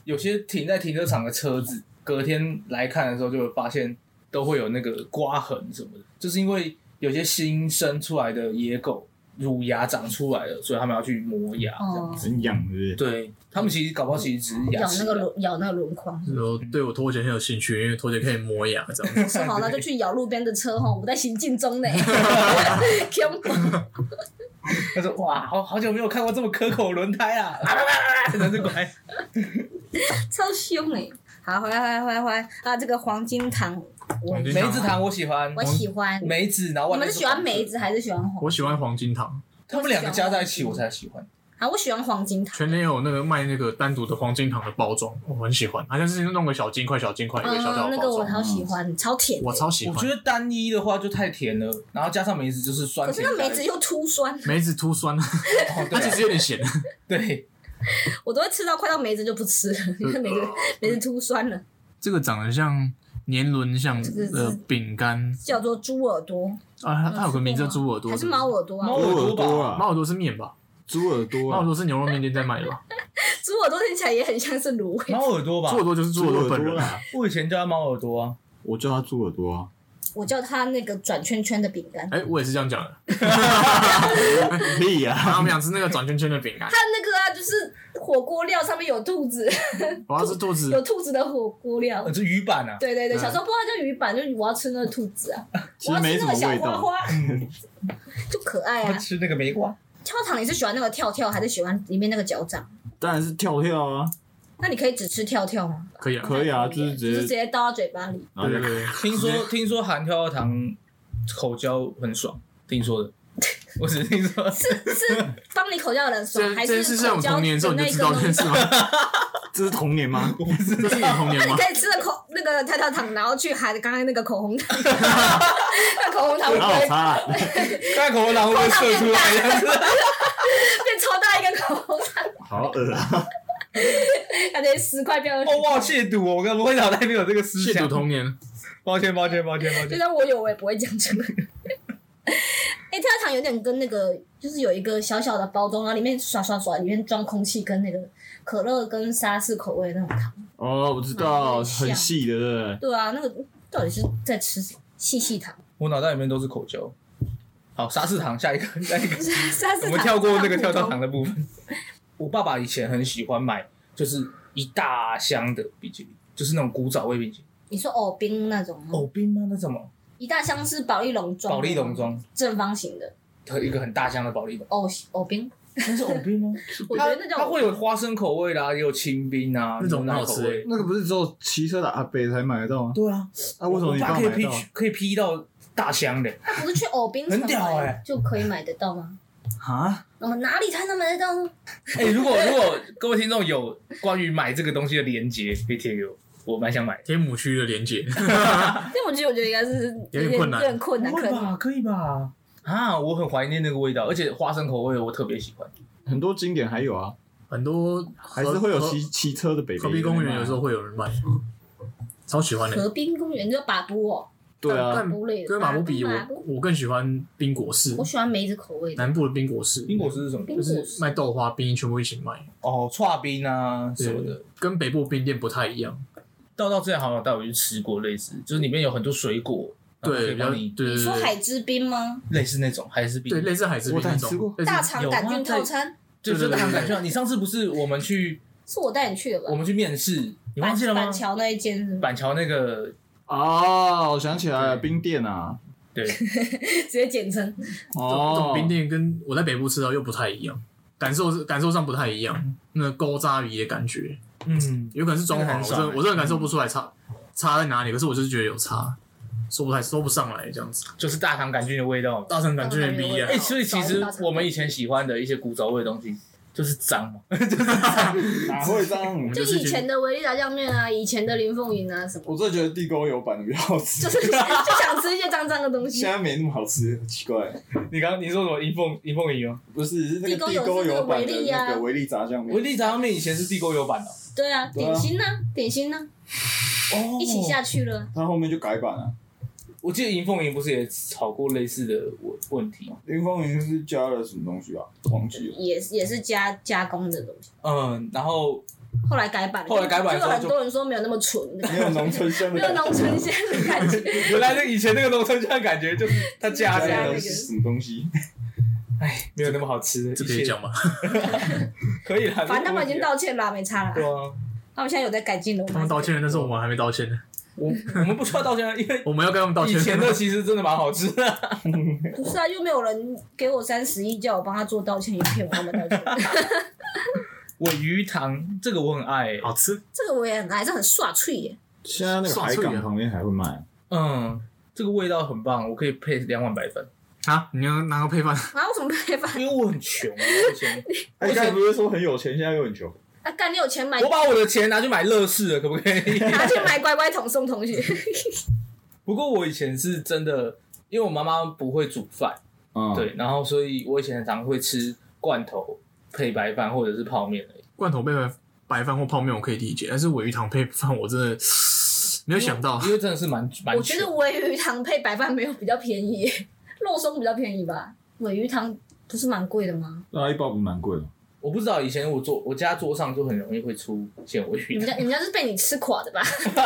[SPEAKER 4] 有些停在停车场的车子，隔天来看的时候就会发现都会有那个刮痕什么的，就是因为有些新生出来的野狗乳牙长出来了，所以他们要去磨牙。这样
[SPEAKER 1] 哦，嗯
[SPEAKER 5] 很痒，是不是？
[SPEAKER 4] 对他们其实搞不好其实只是牙
[SPEAKER 1] 咬那
[SPEAKER 4] 齿
[SPEAKER 1] 个轮咬那个轮框。
[SPEAKER 3] 然后对我拖鞋很有兴趣，因为拖鞋可以磨牙这样子。
[SPEAKER 1] 说好，那就去咬路边的车吼，我在行进中呢。 恐怖
[SPEAKER 4] 他说：“哇，好好久没有看过这么可口轮胎 啊！”啊啦啦啦啦，真是乖。
[SPEAKER 1] 超凶哎、好，回来回来回来回来啊！这个黄金糖，我
[SPEAKER 3] 黄金
[SPEAKER 4] 梅子糖我喜欢，
[SPEAKER 1] 我喜欢。你
[SPEAKER 4] 梅子，然后外面
[SPEAKER 1] 们是喜欢梅，子还是喜欢黄？
[SPEAKER 3] 我喜欢黄金糖，
[SPEAKER 4] 他们两个加在一起我才喜欢。
[SPEAKER 1] 啊，我喜欢黄金糖。
[SPEAKER 3] 全年有那个卖那个单独的黄金糖的包装，我很喜欢，好像是弄个小金块、小金块一个小小
[SPEAKER 1] 嗯，那
[SPEAKER 3] 的包
[SPEAKER 1] 个我
[SPEAKER 3] 装，
[SPEAKER 1] 超喜欢，超甜的。
[SPEAKER 3] 我超喜
[SPEAKER 4] 我觉
[SPEAKER 3] 欢。
[SPEAKER 4] 得单一的话就太甜了，然后加上梅子就是酸
[SPEAKER 1] 可是
[SPEAKER 4] 甜
[SPEAKER 1] 那
[SPEAKER 4] 在一起。
[SPEAKER 1] 梅子又突酸，
[SPEAKER 3] 梅子突酸，
[SPEAKER 4] 哦对
[SPEAKER 3] 它其
[SPEAKER 4] 啊
[SPEAKER 3] 实有点咸，
[SPEAKER 4] 对，
[SPEAKER 1] 我都会吃到快到梅子就不吃了，因
[SPEAKER 3] 嗯
[SPEAKER 1] 为梅子梅子突酸了，
[SPEAKER 3] 这个长得像年轮像
[SPEAKER 1] 个是
[SPEAKER 3] 的饼干
[SPEAKER 1] 叫做猪耳朵
[SPEAKER 3] 啊，它它有个名字叫猪耳
[SPEAKER 1] 嗯
[SPEAKER 3] 朵，
[SPEAKER 1] 还是猫耳朵
[SPEAKER 4] 猫
[SPEAKER 1] 啊？
[SPEAKER 4] 耳
[SPEAKER 5] 耳
[SPEAKER 4] 朵吧
[SPEAKER 5] 朵
[SPEAKER 3] 朵？
[SPEAKER 5] 啊，
[SPEAKER 3] 猫耳朵是面吧？
[SPEAKER 5] 猪耳朵
[SPEAKER 3] 猫耳
[SPEAKER 5] 啊，
[SPEAKER 3] 朵是牛肉面店在卖的吧？
[SPEAKER 1] 猪耳朵听起来也很像是芦苇。
[SPEAKER 4] 猫耳朵吧
[SPEAKER 3] 猪，耳朵就是猪耳朵本人，
[SPEAKER 5] 啊，
[SPEAKER 4] 我以前叫它猫耳朵啊。
[SPEAKER 5] 我叫它猪耳朵啊。
[SPEAKER 1] 我叫它那个转圈圈的饼干，
[SPEAKER 3] 哎，我也是这样讲的。
[SPEAKER 5] 屁啊
[SPEAKER 3] 然
[SPEAKER 5] 呀！
[SPEAKER 3] 后我们想吃那个转圈圈的饼干
[SPEAKER 1] 它，那个啊，就是火锅料上面有兔子，
[SPEAKER 3] 我要吃兔
[SPEAKER 1] 有
[SPEAKER 3] 子，
[SPEAKER 1] 兔子的火锅料
[SPEAKER 4] 呃，。这鱼板啊，
[SPEAKER 1] 对对对，
[SPEAKER 3] 嗯
[SPEAKER 1] 小时候不知道叫鱼板，就是我要吃那个兔子啊，
[SPEAKER 5] 其
[SPEAKER 1] 我
[SPEAKER 5] 实
[SPEAKER 1] 要
[SPEAKER 5] 没
[SPEAKER 1] 吃那
[SPEAKER 5] 什么
[SPEAKER 1] 个小
[SPEAKER 5] 味
[SPEAKER 1] 花
[SPEAKER 5] 道，
[SPEAKER 1] 花， 就可爱
[SPEAKER 4] 它
[SPEAKER 1] 啊。
[SPEAKER 4] 吃那个梅瓜，
[SPEAKER 1] 跳糖你是喜欢那个跳跳，还是喜欢里面那个脚掌？
[SPEAKER 5] 当然是跳跳啊，
[SPEAKER 1] 那你可以只吃跳跳吗？
[SPEAKER 3] 可以啊。
[SPEAKER 5] 可以 啊，就是
[SPEAKER 1] 就是
[SPEAKER 5] 直
[SPEAKER 1] 直接
[SPEAKER 5] 接，
[SPEAKER 1] 倒到嘴巴里。
[SPEAKER 5] 然后
[SPEAKER 3] 对
[SPEAKER 5] 就
[SPEAKER 3] 对对，
[SPEAKER 4] 听说听说含跳跳糖口交很爽，听说 的，我只是听说。
[SPEAKER 1] 是是帮你口交的人爽，
[SPEAKER 3] 这
[SPEAKER 1] 还
[SPEAKER 3] 这件事是我
[SPEAKER 1] 口
[SPEAKER 3] 们
[SPEAKER 1] 交
[SPEAKER 3] 童年的时候你
[SPEAKER 1] 那
[SPEAKER 3] 就
[SPEAKER 1] 一
[SPEAKER 3] 知
[SPEAKER 1] 颗
[SPEAKER 3] 道这
[SPEAKER 1] 东
[SPEAKER 3] 件
[SPEAKER 1] 西？
[SPEAKER 3] 事吗？
[SPEAKER 5] 这是童年吗？
[SPEAKER 3] 这是你的童年吗
[SPEAKER 1] 你？可以吃了口那个跳跳糖，然后去喊刚刚那个口红 糖，那口红糖会
[SPEAKER 5] 哪
[SPEAKER 1] 不
[SPEAKER 5] 好
[SPEAKER 1] 会
[SPEAKER 5] 擦啊？
[SPEAKER 4] 看口红糖会不会射出来这样 子？
[SPEAKER 1] 变超大一根口红糖，
[SPEAKER 5] 好恶啊！
[SPEAKER 1] 感觉十块变二十
[SPEAKER 4] 哦哇，
[SPEAKER 1] 块？
[SPEAKER 4] 亵渎我！我跟我脑袋没有这个思
[SPEAKER 3] 亵
[SPEAKER 4] 想
[SPEAKER 3] 渎。童年，
[SPEAKER 4] 抱歉，抱歉，抱歉，抱
[SPEAKER 1] 就
[SPEAKER 4] 歉。
[SPEAKER 1] 算我有，我也不会讲出来。哎、跳跳糖有点跟那个，就是有一个小小的包装，然后里面刷刷刷，里面装空气跟那个可乐跟沙士口味那种糖。
[SPEAKER 5] 哦，我知
[SPEAKER 1] 嗯
[SPEAKER 5] 道，
[SPEAKER 1] 很像
[SPEAKER 5] 很细的，对不对？
[SPEAKER 1] 对啊，那个到底是在吃什么？细细糖，
[SPEAKER 4] 我脑袋里面都是口交。好，沙士糖，下一 个，下一个。
[SPEAKER 1] 沙士
[SPEAKER 4] 我
[SPEAKER 1] 糖。
[SPEAKER 4] 们跳过那个跳
[SPEAKER 1] 跳
[SPEAKER 4] 跳糖的部分。我爸爸以前很喜欢买，就是一大箱的冰淇淋，就是那种古早味冰淇淋。
[SPEAKER 1] 你说藕冰那种吗？
[SPEAKER 4] 藕冰吗？那什么？
[SPEAKER 1] 一大箱是保利龙装，
[SPEAKER 4] 保利龙，装，
[SPEAKER 1] 正方形的
[SPEAKER 4] 它一个很大箱的保利龙。
[SPEAKER 1] 藕藕冰，
[SPEAKER 4] 那是藕冰吗？
[SPEAKER 1] 我觉
[SPEAKER 4] 它
[SPEAKER 1] 得那
[SPEAKER 4] 它
[SPEAKER 1] 叫
[SPEAKER 4] 会有花生口味啦，也有清冰啊，
[SPEAKER 3] 那种
[SPEAKER 4] 牛奶
[SPEAKER 3] 很好
[SPEAKER 4] 口
[SPEAKER 3] 吃
[SPEAKER 4] 味。
[SPEAKER 5] 那个不是只有骑车的阿北才买得到吗？
[SPEAKER 4] 对啊，
[SPEAKER 5] 啊，为什么
[SPEAKER 4] 我
[SPEAKER 5] 你
[SPEAKER 4] 爸
[SPEAKER 5] 爸
[SPEAKER 4] 可以
[SPEAKER 5] 买得
[SPEAKER 4] 批
[SPEAKER 5] 到？
[SPEAKER 4] 可以批到大箱的？
[SPEAKER 1] 它不是去藕冰城
[SPEAKER 4] 很屌
[SPEAKER 1] 买
[SPEAKER 4] 欸
[SPEAKER 1] 就可以买得到吗？
[SPEAKER 5] 啊，
[SPEAKER 1] 我们哪里才能买得到呢？
[SPEAKER 4] 哎、如果如果各位听众有关于买这个东西的连接，可以贴给我，我蛮想买的。
[SPEAKER 3] 天母区的连接，
[SPEAKER 1] 但我觉得，我觉得应该是
[SPEAKER 3] 有点
[SPEAKER 1] 点
[SPEAKER 3] 困难
[SPEAKER 1] 有点困难，可能
[SPEAKER 4] 吧，可以吧？啊，我很怀念那个味道，而且花生口味我特别喜欢。
[SPEAKER 5] 很多经典还有啊，
[SPEAKER 3] 很多
[SPEAKER 5] 还
[SPEAKER 3] 还
[SPEAKER 5] 是会有骑骑车的北啊
[SPEAKER 3] 河
[SPEAKER 5] 北。
[SPEAKER 3] 滨公园有时候会有人卖，超喜欢的。
[SPEAKER 1] 河滨公园，你就把布哦，
[SPEAKER 5] 对啊
[SPEAKER 3] 但，
[SPEAKER 4] 嗯
[SPEAKER 1] 布类的
[SPEAKER 3] 跟马布比，
[SPEAKER 1] 把布
[SPEAKER 3] 我我更喜欢冰果室
[SPEAKER 1] 我，喜欢梅子口味的
[SPEAKER 3] 南部的冰果室，
[SPEAKER 4] 冰果汁是什么？
[SPEAKER 1] 冰
[SPEAKER 3] 就
[SPEAKER 1] 果
[SPEAKER 3] 是卖豆花冰，全部一起卖，
[SPEAKER 4] 哦，串冰啊什么的
[SPEAKER 3] 对。，跟北部冰店不太一样，
[SPEAKER 4] 道道之前好像有带我去吃过类似，就是里面有很多水果，
[SPEAKER 1] 啊
[SPEAKER 4] 然后可
[SPEAKER 3] 对，
[SPEAKER 4] 以
[SPEAKER 3] 比较
[SPEAKER 4] 帮
[SPEAKER 3] 对
[SPEAKER 4] 你
[SPEAKER 3] 对
[SPEAKER 1] 你说
[SPEAKER 3] 对
[SPEAKER 1] 海之冰吗？
[SPEAKER 4] 类似那种还是冰
[SPEAKER 3] 对，类似海之冰
[SPEAKER 5] 我
[SPEAKER 3] 那
[SPEAKER 5] 敢吃
[SPEAKER 3] 种
[SPEAKER 5] 过，
[SPEAKER 3] 类似
[SPEAKER 1] 大肠
[SPEAKER 4] 啊
[SPEAKER 1] 杆菌套餐
[SPEAKER 4] 就
[SPEAKER 3] 对
[SPEAKER 4] 是
[SPEAKER 3] 对对
[SPEAKER 4] 很感
[SPEAKER 3] 对
[SPEAKER 4] 觉。你上次不是我们去
[SPEAKER 1] 是我带你去的吧
[SPEAKER 4] 我？们去面试，你忘
[SPEAKER 1] 板
[SPEAKER 4] 记了吗
[SPEAKER 1] 板？桥那一间是吗
[SPEAKER 4] 板桥那个
[SPEAKER 5] 哦，我想起来了，冰店啊，
[SPEAKER 4] 对，
[SPEAKER 1] 直接简称，
[SPEAKER 3] 这种这
[SPEAKER 5] 哦
[SPEAKER 3] 种，冰店跟我在北部吃到又不太一样，感受是感受上不太一样，那勾渣鱼的感觉，
[SPEAKER 4] 嗯，
[SPEAKER 3] 有可能是装潢
[SPEAKER 4] 那个
[SPEAKER 3] 啊，
[SPEAKER 4] 很爽
[SPEAKER 3] 我真的
[SPEAKER 4] 欸
[SPEAKER 3] 我真的感受不出来差差在哪里，可是我就是觉得有差，说不太说不上来这样子，
[SPEAKER 4] 就是大肠杆菌的味道嘛。
[SPEAKER 3] 大肠杆菌也不一样
[SPEAKER 4] 哎、
[SPEAKER 1] 大肠杆菌的味道
[SPEAKER 4] 所以其实我们以前喜欢的一些古早味的东西，就是脏嘛。
[SPEAKER 5] 哪会这样？
[SPEAKER 1] 就
[SPEAKER 3] 就是
[SPEAKER 1] 以前的维力炸酱面啊，以前的林凤营啊什么，
[SPEAKER 5] 我真的觉得地沟油版的比较好吃
[SPEAKER 1] 就，是 就想吃一些脏脏 的东西
[SPEAKER 4] 啊
[SPEAKER 5] 现。在没那么好吃，很奇怪。
[SPEAKER 4] 你刚你说什么银凤银凤饮吗？
[SPEAKER 5] 不是，是那
[SPEAKER 1] 地
[SPEAKER 5] 个
[SPEAKER 1] 沟
[SPEAKER 5] 地
[SPEAKER 1] 油是
[SPEAKER 5] 沟
[SPEAKER 1] 那个
[SPEAKER 5] 油版
[SPEAKER 1] 维
[SPEAKER 5] 的
[SPEAKER 1] 力啊
[SPEAKER 5] 那个维力炸酱
[SPEAKER 4] 维
[SPEAKER 5] 面，
[SPEAKER 4] 力炸酱面以前是地沟油版的、
[SPEAKER 1] 对啊，
[SPEAKER 5] 对啊
[SPEAKER 1] 点心呢？点心呢？
[SPEAKER 4] 哦
[SPEAKER 1] 一起。下去了。
[SPEAKER 5] 它后面就改版了。
[SPEAKER 4] 我记得银凤饮不是也炒过类似的问问题吗？
[SPEAKER 5] 林风云是加了什么东西啊？忘记了。
[SPEAKER 1] 也也是加加工的东西，
[SPEAKER 4] 嗯，然 后
[SPEAKER 1] 后来改版了，
[SPEAKER 4] 后来改版之
[SPEAKER 1] 就
[SPEAKER 4] 后
[SPEAKER 1] 有
[SPEAKER 4] 就
[SPEAKER 1] 很多人说没有那么纯的
[SPEAKER 5] 没有农村香
[SPEAKER 1] 没
[SPEAKER 5] 的
[SPEAKER 1] 有
[SPEAKER 5] 感觉，
[SPEAKER 1] 农村现在的 感觉。
[SPEAKER 4] 原来那以前那个农村酱感觉就是它加的，
[SPEAKER 5] 加
[SPEAKER 1] 那
[SPEAKER 5] 了
[SPEAKER 1] 个
[SPEAKER 5] 什么东西？
[SPEAKER 4] 哎，没有那么好吃。
[SPEAKER 3] 这可以
[SPEAKER 4] 一切
[SPEAKER 3] 讲吗？
[SPEAKER 4] 可以啦，
[SPEAKER 1] 反正他们已经
[SPEAKER 4] 到
[SPEAKER 1] 道歉了，没差了。
[SPEAKER 4] 对啊，
[SPEAKER 1] 他们现在有在改进了。
[SPEAKER 3] 他们道歉了，但是我们还没道歉呢，
[SPEAKER 4] 我我们不需要道歉啊，因为
[SPEAKER 3] 我们要跟他们道歉
[SPEAKER 4] 以。前的其实真的蛮好吃的。
[SPEAKER 1] 不是啊，又没有人给我三十亿，叫我帮他做道歉影片，我他们道 歉。
[SPEAKER 4] 尾鱼糖这个我很爱欸、
[SPEAKER 3] 好吃，
[SPEAKER 1] 这个我也很爱，这很刷脆耶。
[SPEAKER 5] 现在那个海港旁边还会卖，啊
[SPEAKER 4] 嗯，这个味道很棒，我可以配两碗白饭，
[SPEAKER 3] 啊！你要拿个配饭，
[SPEAKER 1] 啊，为什么配饭？
[SPEAKER 4] 因为我很穷啊，我以 前
[SPEAKER 5] 哎，刚才不是说很有钱，现在又很穷，
[SPEAKER 1] 啊，干，你有钱买
[SPEAKER 4] 我，把我的钱拿去买乐事了，可不可以？
[SPEAKER 1] 拿去买乖乖桶送同 学。
[SPEAKER 4] 不过我以前是真的，因为我妈妈不会煮饭，
[SPEAKER 3] 哦
[SPEAKER 5] 嗯，
[SPEAKER 4] 对，然后所以我以前很常会吃罐头配白饭或者是泡面而已。
[SPEAKER 3] 罐头配白饭或泡面我可以理解，但是尾鱼糖配饭我真的 没有想到
[SPEAKER 4] 因，为真的是蛮蛮
[SPEAKER 1] 我觉得
[SPEAKER 4] 穷
[SPEAKER 1] 尾鱼汤配白饭没有比较便宜耶，肉松比较便宜吧？尾鱼汤不是蛮贵的吗？
[SPEAKER 5] 那一包不是蛮贵的，
[SPEAKER 4] 我不知道以前我桌我家桌上就很容易会出现尾
[SPEAKER 1] 你
[SPEAKER 4] 鱼
[SPEAKER 1] 们家
[SPEAKER 4] 汤，
[SPEAKER 1] 你们家是被你吃垮的 吧？拿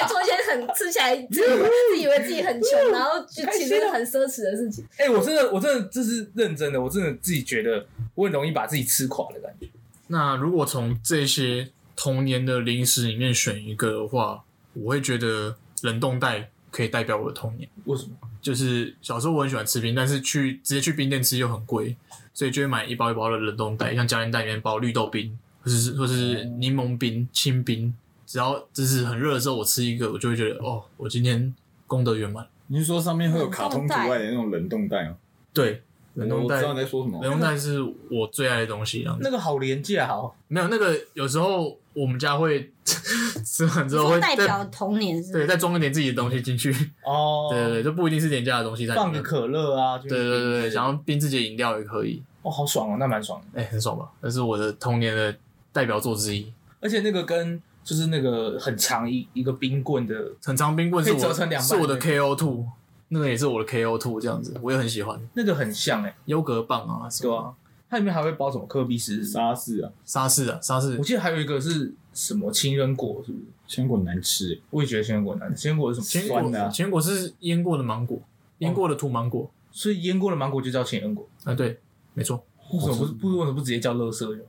[SPEAKER 1] 来做一些很吃起来自自以为自己很 穷，然后
[SPEAKER 3] 啊
[SPEAKER 1] 就其实是很奢侈的事情。
[SPEAKER 4] 哎、我真的我真的这是认真的，我真的自己觉得我很容易把自己吃垮的感觉。
[SPEAKER 3] 那如果从这些童年的零食里面选一个的话，我会觉得冷冻袋可以代表我的童年。
[SPEAKER 4] 为什么？
[SPEAKER 3] 就是小时候我很喜欢吃冰，但是去直接去冰店吃又很贵，所以就会买一包一包的冷冻袋，像胶原蛋里面包绿豆冰，或是或是柠檬冰、清冰。只要就是很热的时候，我吃一个，我就会觉得哦，我今天功德圆满。
[SPEAKER 5] 你是说上面会有卡通图案的那种冷冻袋吗？
[SPEAKER 3] 对，冷冻
[SPEAKER 5] 我
[SPEAKER 3] 袋
[SPEAKER 5] 知，道你在说什么。
[SPEAKER 3] 冷冻袋是我最爱的东西。这样子
[SPEAKER 4] 那个好廉价哦。
[SPEAKER 3] 没有那个，有时候我们家会 吃完之后
[SPEAKER 1] 说
[SPEAKER 3] 会
[SPEAKER 1] 代
[SPEAKER 3] 再
[SPEAKER 1] 表童年是不
[SPEAKER 3] 对，
[SPEAKER 1] 是？
[SPEAKER 3] 再装一点自己的东西进去。
[SPEAKER 4] 哦，
[SPEAKER 3] 对对对，就不一定是廉价的东西在里
[SPEAKER 4] 放个
[SPEAKER 3] 面。
[SPEAKER 4] 可乐啊，对
[SPEAKER 3] 对对对对，想要冰自己的饮料也可以，
[SPEAKER 4] 哦，好爽哦，那蛮爽的。
[SPEAKER 3] 哎、很爽吧？那是我的童年的代表作之一。
[SPEAKER 4] 而且那个跟就是那个很长一一个冰棍的，
[SPEAKER 3] 很长冰棍是
[SPEAKER 4] 可以折成
[SPEAKER 3] 我
[SPEAKER 4] 两半
[SPEAKER 3] 是我的 KO two，那个也是我的 KO two 这样子，我也很喜欢。
[SPEAKER 4] 那个很像哎、欸，
[SPEAKER 3] 优格棒啊，什
[SPEAKER 4] 对
[SPEAKER 3] 么
[SPEAKER 4] 啊，它里面还会包什么科比十日
[SPEAKER 5] 沙士啊，
[SPEAKER 3] 沙士啊，沙士
[SPEAKER 4] 我记得还有一个是什么情人果，是不是？
[SPEAKER 5] 千果难吃，
[SPEAKER 4] 我也觉得情人果难，情人果是什
[SPEAKER 3] 坚
[SPEAKER 4] 么？
[SPEAKER 5] 酸的
[SPEAKER 3] 果
[SPEAKER 5] 啊
[SPEAKER 3] 坚果是腌过的芒果，腌过的土芒果
[SPEAKER 4] 所以腌过的芒果就叫情人果，
[SPEAKER 3] 啊，对，没错，
[SPEAKER 4] 为什么不不为什么不直接叫乐色就好？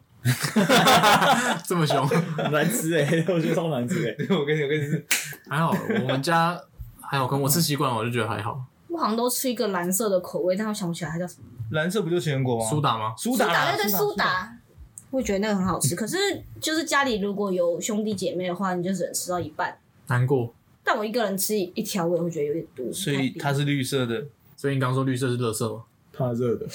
[SPEAKER 3] 这么凶，
[SPEAKER 5] 很难吃哎， 我觉得超难吃哎。
[SPEAKER 4] 对，我跟你我跟 你
[SPEAKER 3] 还好我们家还好，可能我吃习惯了我就觉得还好。
[SPEAKER 1] 我好像都吃一个蓝色的口味，但我想不起来它叫什么。
[SPEAKER 4] 蓝色不就情人果吗？
[SPEAKER 3] 苏打吗？
[SPEAKER 4] 苏
[SPEAKER 1] 苏
[SPEAKER 4] 打
[SPEAKER 1] 打
[SPEAKER 4] 啦，
[SPEAKER 1] 对对，苏打，我觉得那个很 好吃。可是就是家里如果有兄弟姐妹的话，你就只能吃到一半。
[SPEAKER 3] 难过，
[SPEAKER 1] 但我一个人吃一一条，我也会觉得有点多。
[SPEAKER 4] 所以
[SPEAKER 1] 太
[SPEAKER 4] 它是绿色的，
[SPEAKER 3] 所以你刚刚说绿色是垃圾吗？
[SPEAKER 5] 怕热的，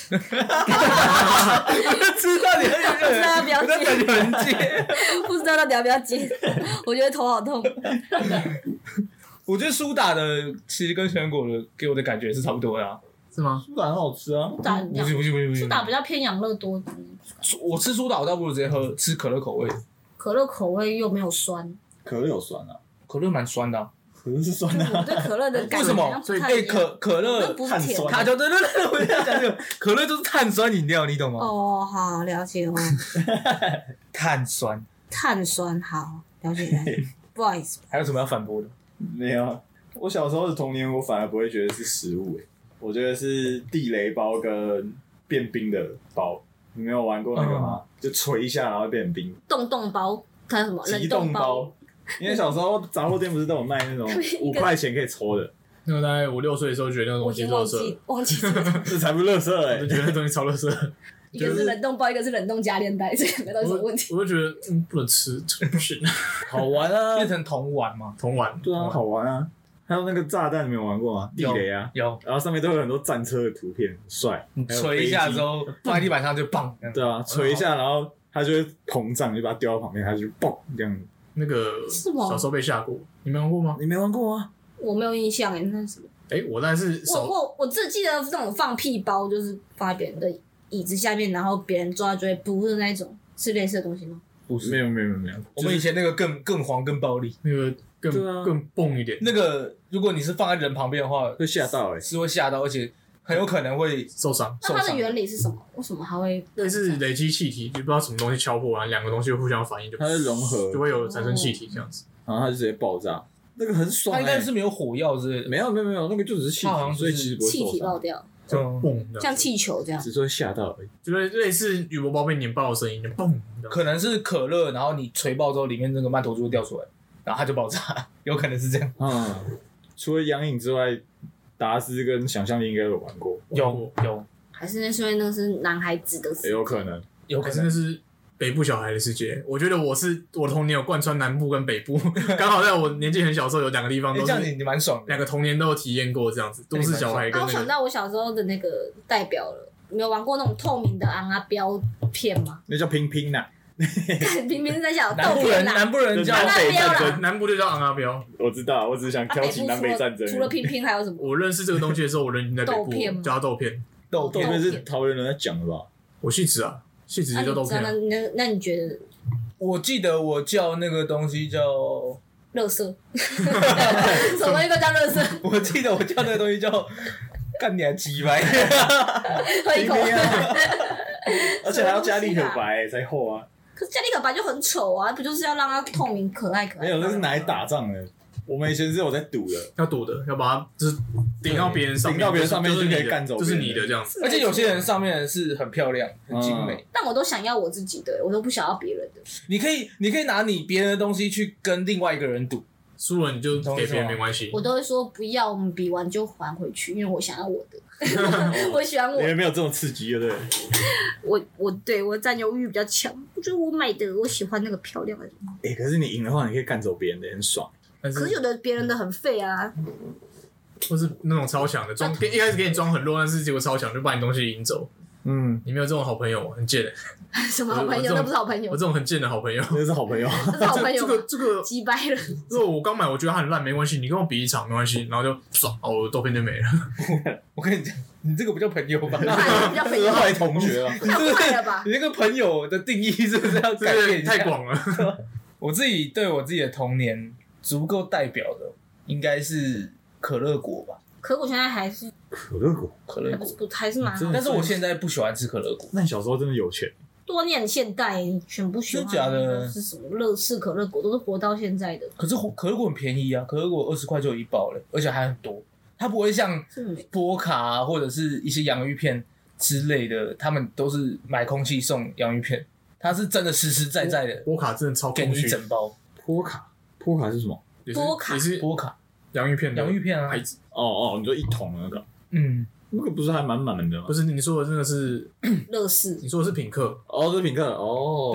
[SPEAKER 4] 知道你很
[SPEAKER 1] 不知道要不要
[SPEAKER 4] 我在等
[SPEAKER 1] 接，
[SPEAKER 4] 你很接。
[SPEAKER 1] 不知道到底要不要 接， 我觉得头好痛。
[SPEAKER 4] 嗯我觉得苏打的其实跟全果的给我的感觉是差不多的啊。
[SPEAKER 3] 是吗？
[SPEAKER 5] 苏打很好吃啊，
[SPEAKER 1] 打
[SPEAKER 4] 不行不行不行不
[SPEAKER 1] 嗯苏
[SPEAKER 4] 行，
[SPEAKER 1] 打比较偏养乐多，
[SPEAKER 4] 我吃苏打我倒不如直接喝吃可乐口味，
[SPEAKER 1] 可乐口味又没 有酸，
[SPEAKER 5] 可乐有酸啊，
[SPEAKER 4] 可乐蛮酸的啊。
[SPEAKER 5] 可乐是酸的啊，
[SPEAKER 1] 我对可乐的感
[SPEAKER 4] 为
[SPEAKER 1] 觉
[SPEAKER 4] 什
[SPEAKER 1] 好
[SPEAKER 4] 么
[SPEAKER 1] 像？不太
[SPEAKER 4] 哎
[SPEAKER 1] 一样
[SPEAKER 4] 可可
[SPEAKER 1] 那
[SPEAKER 4] 乐
[SPEAKER 1] 不是
[SPEAKER 5] 碳
[SPEAKER 1] 甜
[SPEAKER 5] 酸
[SPEAKER 4] 卡就对对对，我在讲这个可乐就是碳酸饮料，你懂吗？
[SPEAKER 1] 哦，好了解 哦，
[SPEAKER 4] 碳酸。
[SPEAKER 1] 碳酸好了解了 解，不好意思，
[SPEAKER 4] 还有什么要反驳的？
[SPEAKER 5] 没有。我小时候的童年，我反而不会觉得是食物、欸，我觉得是地雷包跟变冰的包。你没有玩过那个吗？就捶一下然后变成冰，
[SPEAKER 1] 冻冻包还有什么冷
[SPEAKER 5] 急
[SPEAKER 1] 冻
[SPEAKER 5] 冻
[SPEAKER 1] 包？
[SPEAKER 5] 包。因为小时候杂货店不是都有卖 那种五块钱可以抽的，
[SPEAKER 3] 那个大概 我六岁的时候觉得那个
[SPEAKER 1] 我
[SPEAKER 3] 东
[SPEAKER 1] 已
[SPEAKER 3] 西
[SPEAKER 1] 经
[SPEAKER 3] 是
[SPEAKER 1] 忘
[SPEAKER 3] 垃圾
[SPEAKER 1] 记，忘记这个，
[SPEAKER 5] 这才不乐色
[SPEAKER 3] 我
[SPEAKER 5] 哎
[SPEAKER 3] 就！觉得那东西超垃圾。
[SPEAKER 1] 一个是冷冻包，一个是冷冻加链带，这两个都是
[SPEAKER 3] 我
[SPEAKER 1] 有问题。
[SPEAKER 3] 我就觉得嗯不能吃， 这不行。
[SPEAKER 4] 好玩啊，变成铜玩嘛。
[SPEAKER 3] 同玩
[SPEAKER 5] 对啊，好玩啊！还有那个炸弹，你们有玩过吗？地
[SPEAKER 4] 有
[SPEAKER 5] 雷啊，
[SPEAKER 4] 有
[SPEAKER 5] 然后上面都有很多战车的图片，很帅。
[SPEAKER 4] 你
[SPEAKER 5] 还有
[SPEAKER 4] 捶一下
[SPEAKER 5] 飞机
[SPEAKER 4] 之后放在地板上 就棒，这样
[SPEAKER 5] 对啊，捶一下，然后它就会膨胀，你就把它丢到旁边，它就嘣这样。
[SPEAKER 3] 那个
[SPEAKER 1] 是吗
[SPEAKER 3] 小时候被吓过，你没玩过吗？
[SPEAKER 5] 你没玩过啊？
[SPEAKER 1] 我没有印象哎，那是什么？
[SPEAKER 3] 哎，我那是
[SPEAKER 1] 我
[SPEAKER 3] 手
[SPEAKER 1] 我我只记得这种放屁包，就是放在别人的椅子下面，然后别人抓就会噗的那一种，是类似的东西吗？
[SPEAKER 4] 不
[SPEAKER 5] 没。有没有没有没有，
[SPEAKER 4] 我们以前那个更更黄更暴力，
[SPEAKER 3] 那个更
[SPEAKER 5] 对啊
[SPEAKER 3] 更蹦一点，
[SPEAKER 4] 那个如果你是放在人旁边的话，
[SPEAKER 5] 会吓到哎、
[SPEAKER 4] 是会吓到，而且很有可能会
[SPEAKER 3] 受伤。
[SPEAKER 1] 那它
[SPEAKER 4] 受
[SPEAKER 1] 的
[SPEAKER 4] 伤
[SPEAKER 1] 原理是什么？为什么还会？
[SPEAKER 3] 类似累积气体，就不知道什么东西敲破，然后两个东西互相反应，就
[SPEAKER 5] 它会融合
[SPEAKER 3] 就会有产生气体这样子。
[SPEAKER 5] 然后它就直接爆炸，那个很爽、
[SPEAKER 4] 它
[SPEAKER 5] 欸。
[SPEAKER 4] 应该是没有火药之类的。
[SPEAKER 5] 没有没有没有，那个就只是气
[SPEAKER 4] 它好像
[SPEAKER 5] 体，
[SPEAKER 4] 就是
[SPEAKER 5] 所以其实不会
[SPEAKER 1] 气
[SPEAKER 5] 受
[SPEAKER 1] 体爆
[SPEAKER 5] 伤，
[SPEAKER 1] 掉，
[SPEAKER 3] 就
[SPEAKER 4] 嗯
[SPEAKER 3] 蹦这
[SPEAKER 1] 像
[SPEAKER 3] 样子，
[SPEAKER 1] 气球这样。
[SPEAKER 5] 只是会吓到而已。
[SPEAKER 3] 就是类似铝箔包被碾爆的声音，就蹦。这样
[SPEAKER 4] 可能是可乐，然后你吹爆之后，里面那个曼陀珠会掉出来，然后它就爆炸， 有可能是这样。
[SPEAKER 5] 嗯，除了杨颖之外，达斯跟想象力应该有玩过，
[SPEAKER 4] 有有
[SPEAKER 1] 还是那是因为那个是男孩子的
[SPEAKER 5] 也
[SPEAKER 1] 事，
[SPEAKER 5] 有可能。
[SPEAKER 4] 有可
[SPEAKER 3] 可是那
[SPEAKER 4] 能
[SPEAKER 3] 是北部小孩的世界。我觉得我是我的童年有贯穿南部跟北 部，刚好在我年纪很小的时候有两个地方
[SPEAKER 4] 你
[SPEAKER 3] 都
[SPEAKER 4] 哎这样你
[SPEAKER 3] 是
[SPEAKER 4] 你蛮爽的
[SPEAKER 3] 两，个童年都有体验过这样子，都市小孩跟
[SPEAKER 1] 啊，我
[SPEAKER 3] 那
[SPEAKER 1] 想
[SPEAKER 3] 个
[SPEAKER 1] 到我小时候的那个代表了。你有玩过那种透明的昂啊标片 吗？
[SPEAKER 5] 那叫拼拼呐、
[SPEAKER 1] 看明明是在讲
[SPEAKER 4] 南
[SPEAKER 1] 豆
[SPEAKER 4] 部
[SPEAKER 1] 片
[SPEAKER 4] 人
[SPEAKER 1] 啦，
[SPEAKER 4] 南部人叫
[SPEAKER 5] 南
[SPEAKER 1] 那
[SPEAKER 5] 北
[SPEAKER 1] 标
[SPEAKER 5] 战
[SPEAKER 1] 啦
[SPEAKER 5] 争。
[SPEAKER 3] 南部就叫昂阿标。
[SPEAKER 5] 我知道，我只是想
[SPEAKER 1] 啊
[SPEAKER 5] 挑起
[SPEAKER 1] 部
[SPEAKER 5] 南北
[SPEAKER 1] 除
[SPEAKER 5] 战
[SPEAKER 1] 了
[SPEAKER 5] 争。
[SPEAKER 1] 除了拼拼还有什 么？
[SPEAKER 3] 我认识这个东西的时候，我人已经在北
[SPEAKER 1] 豆片吗
[SPEAKER 3] 部，叫它豆片。
[SPEAKER 4] 豆
[SPEAKER 5] 这
[SPEAKER 1] 豆
[SPEAKER 4] 片
[SPEAKER 1] 片。
[SPEAKER 5] 边是桃园人在讲的吧？
[SPEAKER 3] 我戏子啊，戏子
[SPEAKER 1] 啊
[SPEAKER 3] 就叫豆
[SPEAKER 1] 你知道
[SPEAKER 3] 片
[SPEAKER 1] 那
[SPEAKER 3] 啊。
[SPEAKER 1] 那那你觉得
[SPEAKER 4] 我记得我叫那个东西叫， 我
[SPEAKER 1] 乐 色， 什么东西都叫乐色，
[SPEAKER 4] 记得我叫那个东西 叫。干你还鸡 掰！
[SPEAKER 1] 喝一口。
[SPEAKER 5] 拼拼啊而且还要加立可白、才厚啊！
[SPEAKER 1] 可是加利可白就很丑啊，不就是要让它透明可爱可爱？
[SPEAKER 5] 没有，那是拿来打仗的。我们以前是有在赌的，
[SPEAKER 3] 要躲的，要把它就是顶到别人上面，
[SPEAKER 5] 顶到别人上面
[SPEAKER 3] 就是你的
[SPEAKER 5] 就可以干走
[SPEAKER 3] 就是你
[SPEAKER 5] 别
[SPEAKER 3] 的
[SPEAKER 5] 人
[SPEAKER 3] 这样子。
[SPEAKER 1] 是
[SPEAKER 4] 而且有些人，上面是很漂亮、很精美，
[SPEAKER 1] 但我都想要我自己的，我都不想要别人的。
[SPEAKER 4] 你可以你可以拿你别人的东西去跟另外一个人赌，
[SPEAKER 3] 输了你就给别人没关系
[SPEAKER 1] 我。都会说不要，我们比完就还回去，因为我想要 我的， 我喜欢我
[SPEAKER 5] 你们没有这种刺激，对不对？
[SPEAKER 1] 我我对我占有欲比较强，我觉得我买的我喜欢那个漂亮的，
[SPEAKER 5] 哎、可是你赢的话，你可以干走别人的，很爽。
[SPEAKER 3] 但
[SPEAKER 1] 可是
[SPEAKER 3] 是
[SPEAKER 1] 有的别人的很废啊，
[SPEAKER 3] 或是那种超强的装，一开始给你装很弱，但是结果超强就把你东西赢走。
[SPEAKER 5] 嗯，
[SPEAKER 3] 你没有这种好朋友，很贱的。
[SPEAKER 1] 什么好朋
[SPEAKER 3] 我这
[SPEAKER 1] 友，
[SPEAKER 3] 种
[SPEAKER 1] 那不是好朋友
[SPEAKER 3] 我，这种很贱的好朋友，
[SPEAKER 5] 那是好朋友。
[SPEAKER 1] 那是好
[SPEAKER 4] 哎
[SPEAKER 1] 朋
[SPEAKER 3] 这
[SPEAKER 1] 友
[SPEAKER 3] 个
[SPEAKER 1] 吗，
[SPEAKER 3] 这个，
[SPEAKER 1] 击败了。
[SPEAKER 3] 如果我刚买，我觉得它很烂，没关系，你跟我比一场没关系，然后就爽，哦，我的豆片就没了。
[SPEAKER 4] 我跟你讲，你这个不叫朋友 吧？
[SPEAKER 1] 啊比较
[SPEAKER 5] 那
[SPEAKER 1] 朋
[SPEAKER 5] 是
[SPEAKER 1] 友，
[SPEAKER 5] 坏同学啊！
[SPEAKER 1] 太坏了吧？
[SPEAKER 4] 你那个朋友的定义是不是要
[SPEAKER 3] 这
[SPEAKER 4] 改变
[SPEAKER 3] 个
[SPEAKER 4] 一下？
[SPEAKER 3] 太广了。
[SPEAKER 4] 我自己对我自己的童年足够代表的，应该是可乐果吧，
[SPEAKER 1] 可我现在还是
[SPEAKER 5] 可乐果，
[SPEAKER 4] 可
[SPEAKER 1] 还
[SPEAKER 4] 乐
[SPEAKER 1] 不
[SPEAKER 4] 果。
[SPEAKER 1] 是不还是蛮
[SPEAKER 5] 真的
[SPEAKER 4] 但是我现在不喜欢吃可乐果，
[SPEAKER 5] 那你小时候真的有钱？
[SPEAKER 1] 多念现代，全部喜欢
[SPEAKER 4] 真假的
[SPEAKER 1] 是什么乐事可乐果，都是活到现在的，
[SPEAKER 4] 可是可乐果很便宜啊，可乐果二十块就有一包了，而且还很多。它不会像
[SPEAKER 1] 是没
[SPEAKER 4] 波卡、啊、或者是一些洋芋片之类的，他们都是买空气送洋芋片，它是真的实实在在的
[SPEAKER 3] 波卡真的超
[SPEAKER 4] 给
[SPEAKER 3] 空
[SPEAKER 4] 你一
[SPEAKER 3] 虚，
[SPEAKER 4] 整包
[SPEAKER 5] 波卡，波卡是什么？
[SPEAKER 3] 也是
[SPEAKER 1] 波卡
[SPEAKER 3] 也是
[SPEAKER 4] 波卡
[SPEAKER 3] 洋芋片的
[SPEAKER 4] 洋芋片啊
[SPEAKER 3] 牌。子，
[SPEAKER 5] 哦哦，你说一桶那个，
[SPEAKER 4] 嗯，
[SPEAKER 5] 那个不是还蛮满的吗
[SPEAKER 3] 不？是你说的真的是，
[SPEAKER 1] 乐事
[SPEAKER 3] 你说的是品客，
[SPEAKER 5] 哦，这是品客
[SPEAKER 4] 对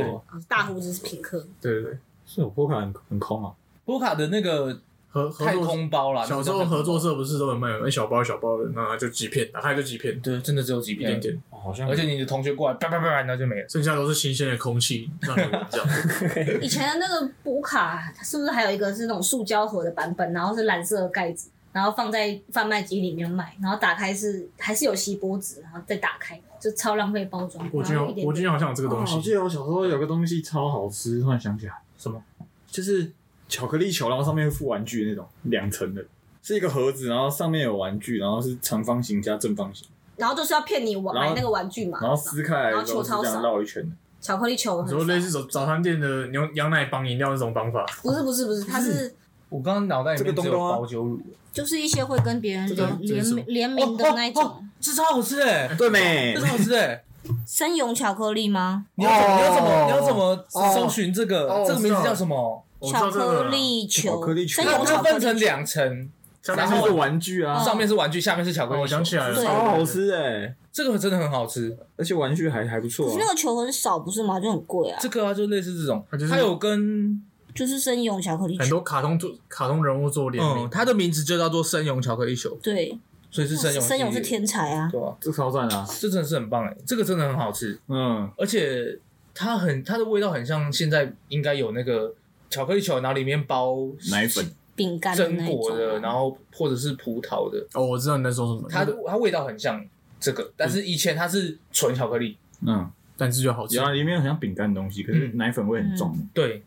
[SPEAKER 5] 哦，
[SPEAKER 1] 啊，大胡子是品客，
[SPEAKER 3] 对对对，
[SPEAKER 5] 是有波卡很很空啊。
[SPEAKER 4] 波卡的那个
[SPEAKER 3] 合合
[SPEAKER 4] 太
[SPEAKER 3] 作
[SPEAKER 4] 空包啦。
[SPEAKER 3] 小时候合作社不是都有卖一小包一小包的，那就几片，打开就几片，
[SPEAKER 4] 对，真的只有几
[SPEAKER 3] 一点
[SPEAKER 4] 片，
[SPEAKER 3] 点，
[SPEAKER 5] 哦好像
[SPEAKER 4] 而且你的同学过来，叭叭叭叭，然后就没了。
[SPEAKER 3] 剩下都是新鲜的空气让你闻 这样。
[SPEAKER 1] 以前的那个补卡是不是还有一个是那种塑胶盒的版本，然后是蓝色的盖子，然后放在贩卖机里面卖，然后打开是还是有锡箔纸，然后再打开，就超浪费包装。
[SPEAKER 3] 国军
[SPEAKER 1] 然后啊
[SPEAKER 3] 好
[SPEAKER 1] 一点
[SPEAKER 3] 国军
[SPEAKER 1] 点
[SPEAKER 3] 好像有这个东
[SPEAKER 5] 哦我记
[SPEAKER 3] 西，
[SPEAKER 5] 得我小时候有个东西超好吃，突然想起来，
[SPEAKER 4] 什么？
[SPEAKER 5] 就是巧克力球，然后上面会附玩具那种两层的，是一个盒子，然后上面有玩具，然后是长方形加正方形，
[SPEAKER 1] 然后就是要骗你玩
[SPEAKER 5] 然后
[SPEAKER 1] 买那个玩具嘛，
[SPEAKER 5] 啊然后撕开来的时候
[SPEAKER 1] 然后
[SPEAKER 5] 是这
[SPEAKER 1] 球超
[SPEAKER 5] 样
[SPEAKER 1] 少
[SPEAKER 5] 绕一圈的。
[SPEAKER 1] 巧克力球
[SPEAKER 4] 哦
[SPEAKER 3] 你
[SPEAKER 1] 很
[SPEAKER 3] 说
[SPEAKER 1] 少
[SPEAKER 3] 类似早早餐店的牛羊奶棒饮料那种方法，
[SPEAKER 1] 不是不是不是，它是
[SPEAKER 4] 我刚刚脑袋里面
[SPEAKER 5] 这个
[SPEAKER 4] 只有
[SPEAKER 5] 东东啊
[SPEAKER 4] 包酒乳，
[SPEAKER 1] 就是一些会跟别人
[SPEAKER 5] 这个
[SPEAKER 1] 联
[SPEAKER 5] 这
[SPEAKER 1] 联
[SPEAKER 3] 是什么
[SPEAKER 1] 名联名的那一
[SPEAKER 4] 哦哦
[SPEAKER 1] 种
[SPEAKER 4] 这超好吃 哎，
[SPEAKER 5] 对没
[SPEAKER 4] 这超好吃 哎！
[SPEAKER 1] 生勇巧克力吗？
[SPEAKER 4] 你要怎么你要怎么
[SPEAKER 2] 哦
[SPEAKER 4] 你要怎么
[SPEAKER 2] 哦
[SPEAKER 4] 搜寻这
[SPEAKER 3] 哦
[SPEAKER 4] 个这个名字叫什么？
[SPEAKER 3] 我知
[SPEAKER 1] 巧
[SPEAKER 3] 道这个
[SPEAKER 1] 克
[SPEAKER 3] 了，
[SPEAKER 1] 力球，
[SPEAKER 5] 巧克力球
[SPEAKER 1] 生
[SPEAKER 4] 它
[SPEAKER 1] 勇
[SPEAKER 4] 它
[SPEAKER 1] 巧克力
[SPEAKER 4] 分成两层，
[SPEAKER 3] 下
[SPEAKER 5] 然
[SPEAKER 3] 面
[SPEAKER 4] 然
[SPEAKER 3] 是
[SPEAKER 5] 后
[SPEAKER 4] 后
[SPEAKER 5] 是玩具啊，
[SPEAKER 1] 哦
[SPEAKER 4] 上面是玩具，下面是巧克
[SPEAKER 3] 哦
[SPEAKER 4] 力。
[SPEAKER 3] 我想起来了，
[SPEAKER 1] 对
[SPEAKER 5] 超好吃哎，
[SPEAKER 4] 这个真的很好吃，
[SPEAKER 5] 而且玩具还还不
[SPEAKER 1] 可
[SPEAKER 5] 错
[SPEAKER 1] 是
[SPEAKER 5] 啊
[SPEAKER 1] 那。个球很少不是吗？就很贵啊
[SPEAKER 4] 这，个啊就类似这种
[SPEAKER 3] 它就，是
[SPEAKER 4] 它有跟
[SPEAKER 1] 就是生勇巧克力
[SPEAKER 3] 很
[SPEAKER 1] 球。
[SPEAKER 3] 多卡通做卡通人物做联
[SPEAKER 4] 嗯，
[SPEAKER 3] 名，
[SPEAKER 4] 它的名字就叫做生勇巧克力球，
[SPEAKER 1] 对，
[SPEAKER 4] 所以是哦生勇系列。
[SPEAKER 1] 生勇是天才啊，
[SPEAKER 4] 对吧？
[SPEAKER 5] 这超赞啊！
[SPEAKER 4] 这真的是很棒哎，这个真的很好吃，
[SPEAKER 5] 嗯，
[SPEAKER 4] 而且它很它的味道很像现在应该有那个巧克力球，然后里面包
[SPEAKER 5] 奶粉
[SPEAKER 1] 饼干的
[SPEAKER 4] 榛
[SPEAKER 1] 那一
[SPEAKER 4] 果的，
[SPEAKER 1] 种
[SPEAKER 4] 然
[SPEAKER 1] 啊。
[SPEAKER 4] 后或者是葡萄的，
[SPEAKER 3] 哦，我知道你在说什么，
[SPEAKER 4] 它的它味道很像这个，但是以前它是纯巧克力，
[SPEAKER 5] 嗯，
[SPEAKER 3] 但是就好吃
[SPEAKER 5] 有。啊，里面有很像饼干的东西，可是奶粉味很重。
[SPEAKER 4] 对，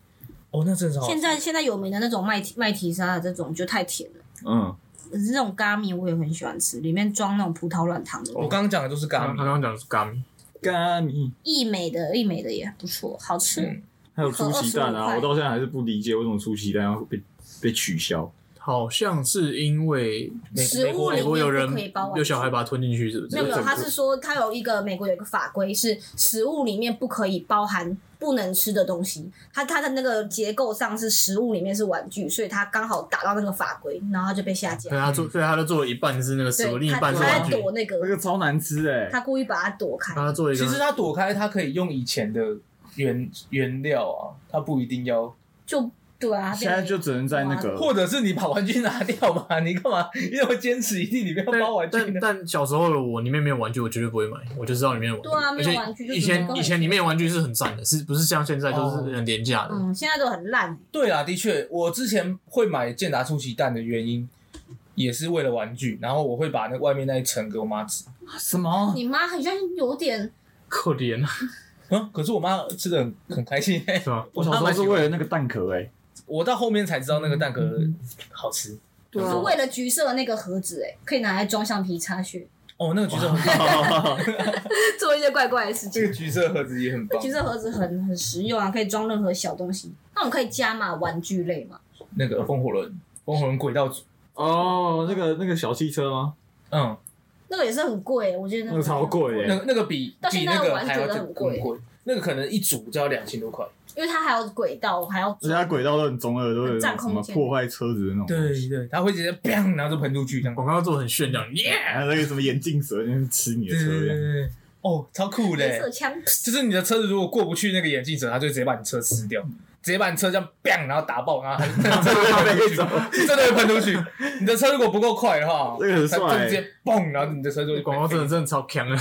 [SPEAKER 4] 哦，那真的是好吃
[SPEAKER 1] 现在现在有名的那种麦提麦提莎的这种就太甜了，
[SPEAKER 5] 嗯，
[SPEAKER 1] 可是那种咖米我也很喜欢吃，里面装那种葡萄软糖的。
[SPEAKER 4] 我刚刚讲的就是
[SPEAKER 3] 他
[SPEAKER 4] 咖
[SPEAKER 3] 他
[SPEAKER 4] 喱，
[SPEAKER 3] 刚刚讲的是咖喱，
[SPEAKER 5] 咖喱
[SPEAKER 1] 益美的益美的也不错，好吃。
[SPEAKER 4] 嗯
[SPEAKER 5] 还有出奇蛋
[SPEAKER 1] 25
[SPEAKER 5] 啊，
[SPEAKER 1] 块
[SPEAKER 5] 我到现在还是不理解为什么出奇蛋要被被取消。
[SPEAKER 3] 好像是因为
[SPEAKER 4] 美
[SPEAKER 1] 食
[SPEAKER 4] 美
[SPEAKER 1] 物
[SPEAKER 4] 国
[SPEAKER 1] 里
[SPEAKER 3] 美
[SPEAKER 1] 面
[SPEAKER 3] 国有人
[SPEAKER 1] 不可以包玩具
[SPEAKER 3] 有小孩把它吞进去，是不是？
[SPEAKER 1] 没有没有，
[SPEAKER 3] 整
[SPEAKER 1] 他
[SPEAKER 3] 个
[SPEAKER 1] 是说他有一个美国有一个法规是食物里面不可以包含不能吃的东西，它它的那个结构上是食物里面是玩具，所以它刚好打到那个法规，然后它就被下架
[SPEAKER 3] 对。他做，所以他就做了一半是那个食物，
[SPEAKER 1] 对，
[SPEAKER 3] 啊另一
[SPEAKER 1] 他
[SPEAKER 3] 半是
[SPEAKER 1] 他
[SPEAKER 3] 玩
[SPEAKER 1] 在
[SPEAKER 3] 具，啊
[SPEAKER 1] 躲那
[SPEAKER 5] 那
[SPEAKER 1] 个，
[SPEAKER 5] 个超难吃哎、
[SPEAKER 1] 他故意把它躲开。
[SPEAKER 3] 他做一个
[SPEAKER 4] 其实它躲开，它可以用以前的原原料啊，它不一定要，
[SPEAKER 1] 就对啊，
[SPEAKER 5] 现在就只能在那个
[SPEAKER 4] 或者是你把玩具拿掉吧，你干嘛你怎么坚持一定你不要
[SPEAKER 3] 但
[SPEAKER 4] 包玩具
[SPEAKER 3] 但
[SPEAKER 4] 呢？
[SPEAKER 3] 但小时候的我，里面没有玩具，我绝对不会买，我就知道里面有玩具。
[SPEAKER 1] 对啊没有
[SPEAKER 3] 而且
[SPEAKER 1] 玩具就
[SPEAKER 3] 以
[SPEAKER 1] 怎么
[SPEAKER 3] 前
[SPEAKER 1] 都很
[SPEAKER 3] 以前里面有玩具是很赞的，是不是像现在都
[SPEAKER 4] 哦
[SPEAKER 3] 是很廉价的？
[SPEAKER 1] 嗯，现在都很烂。
[SPEAKER 4] 对啦，的确，我之前会买健达出奇蛋的原因。也是为了玩具，然后我会把那外面那一层给我妈吃。
[SPEAKER 5] 什么？
[SPEAKER 1] 你妈好像有点，
[SPEAKER 3] 可怜啊，
[SPEAKER 4] 嗯，可是我妈吃的很很开心、欸
[SPEAKER 3] 是吧？
[SPEAKER 5] 我小时候是为了那个蛋壳哎、
[SPEAKER 4] 我到后面才知道那个蛋壳好吃。
[SPEAKER 3] 啊
[SPEAKER 1] 啊我是为了橘色的那个盒子，哎，可以拿来装橡皮擦屑，
[SPEAKER 4] 哦，那个橘色很棒，
[SPEAKER 1] 做一些怪怪的事
[SPEAKER 4] 这
[SPEAKER 1] 情。
[SPEAKER 4] 个橘色盒子也很棒
[SPEAKER 1] 橘。色盒子很很实用啊，可以装任何小东西。那我们可以加码玩具类嘛？
[SPEAKER 4] 那个风火轮，风火轮轨道组，
[SPEAKER 5] 哦，那个那个小汽车吗？
[SPEAKER 4] 嗯，
[SPEAKER 1] 那个也是很贵，我觉得
[SPEAKER 5] 那个超贵哎、
[SPEAKER 4] 那个那个比
[SPEAKER 1] 到
[SPEAKER 4] 比
[SPEAKER 1] 现在
[SPEAKER 4] 那个
[SPEAKER 1] 玩
[SPEAKER 4] 还
[SPEAKER 1] 觉
[SPEAKER 4] 要
[SPEAKER 1] 得
[SPEAKER 4] 更
[SPEAKER 1] 很贵
[SPEAKER 4] 贵，那个可能一组就要两千多块。
[SPEAKER 1] 因为它还有轨道，还要
[SPEAKER 5] 而且它轨道都很中二，都有
[SPEAKER 1] 占
[SPEAKER 5] 什
[SPEAKER 1] 空
[SPEAKER 5] 么
[SPEAKER 1] 间
[SPEAKER 5] 破坏车子的那种。
[SPEAKER 4] 对对，它会直接 砰，然后就喷出去这样。
[SPEAKER 3] 广告做得很炫亮，耶！
[SPEAKER 5] 还有啊那个什么眼镜蛇，就是吃你的
[SPEAKER 4] 对
[SPEAKER 5] 车
[SPEAKER 4] 对
[SPEAKER 5] 这
[SPEAKER 4] 对
[SPEAKER 5] 样。
[SPEAKER 4] 对，哦，超酷的
[SPEAKER 1] 镭
[SPEAKER 4] 欸
[SPEAKER 1] 射，枪，
[SPEAKER 4] 就是你的车子如果过不去那个眼镜蛇，它就直接把你车撕掉。直接把你车这样 bang，然后打爆，然后它真的会喷出去，是真的会喷出去。你的车如果不够快的话，
[SPEAKER 5] 这个很帅
[SPEAKER 4] 它就直接嘣，然后你的车就
[SPEAKER 3] 广告真的真的超强的。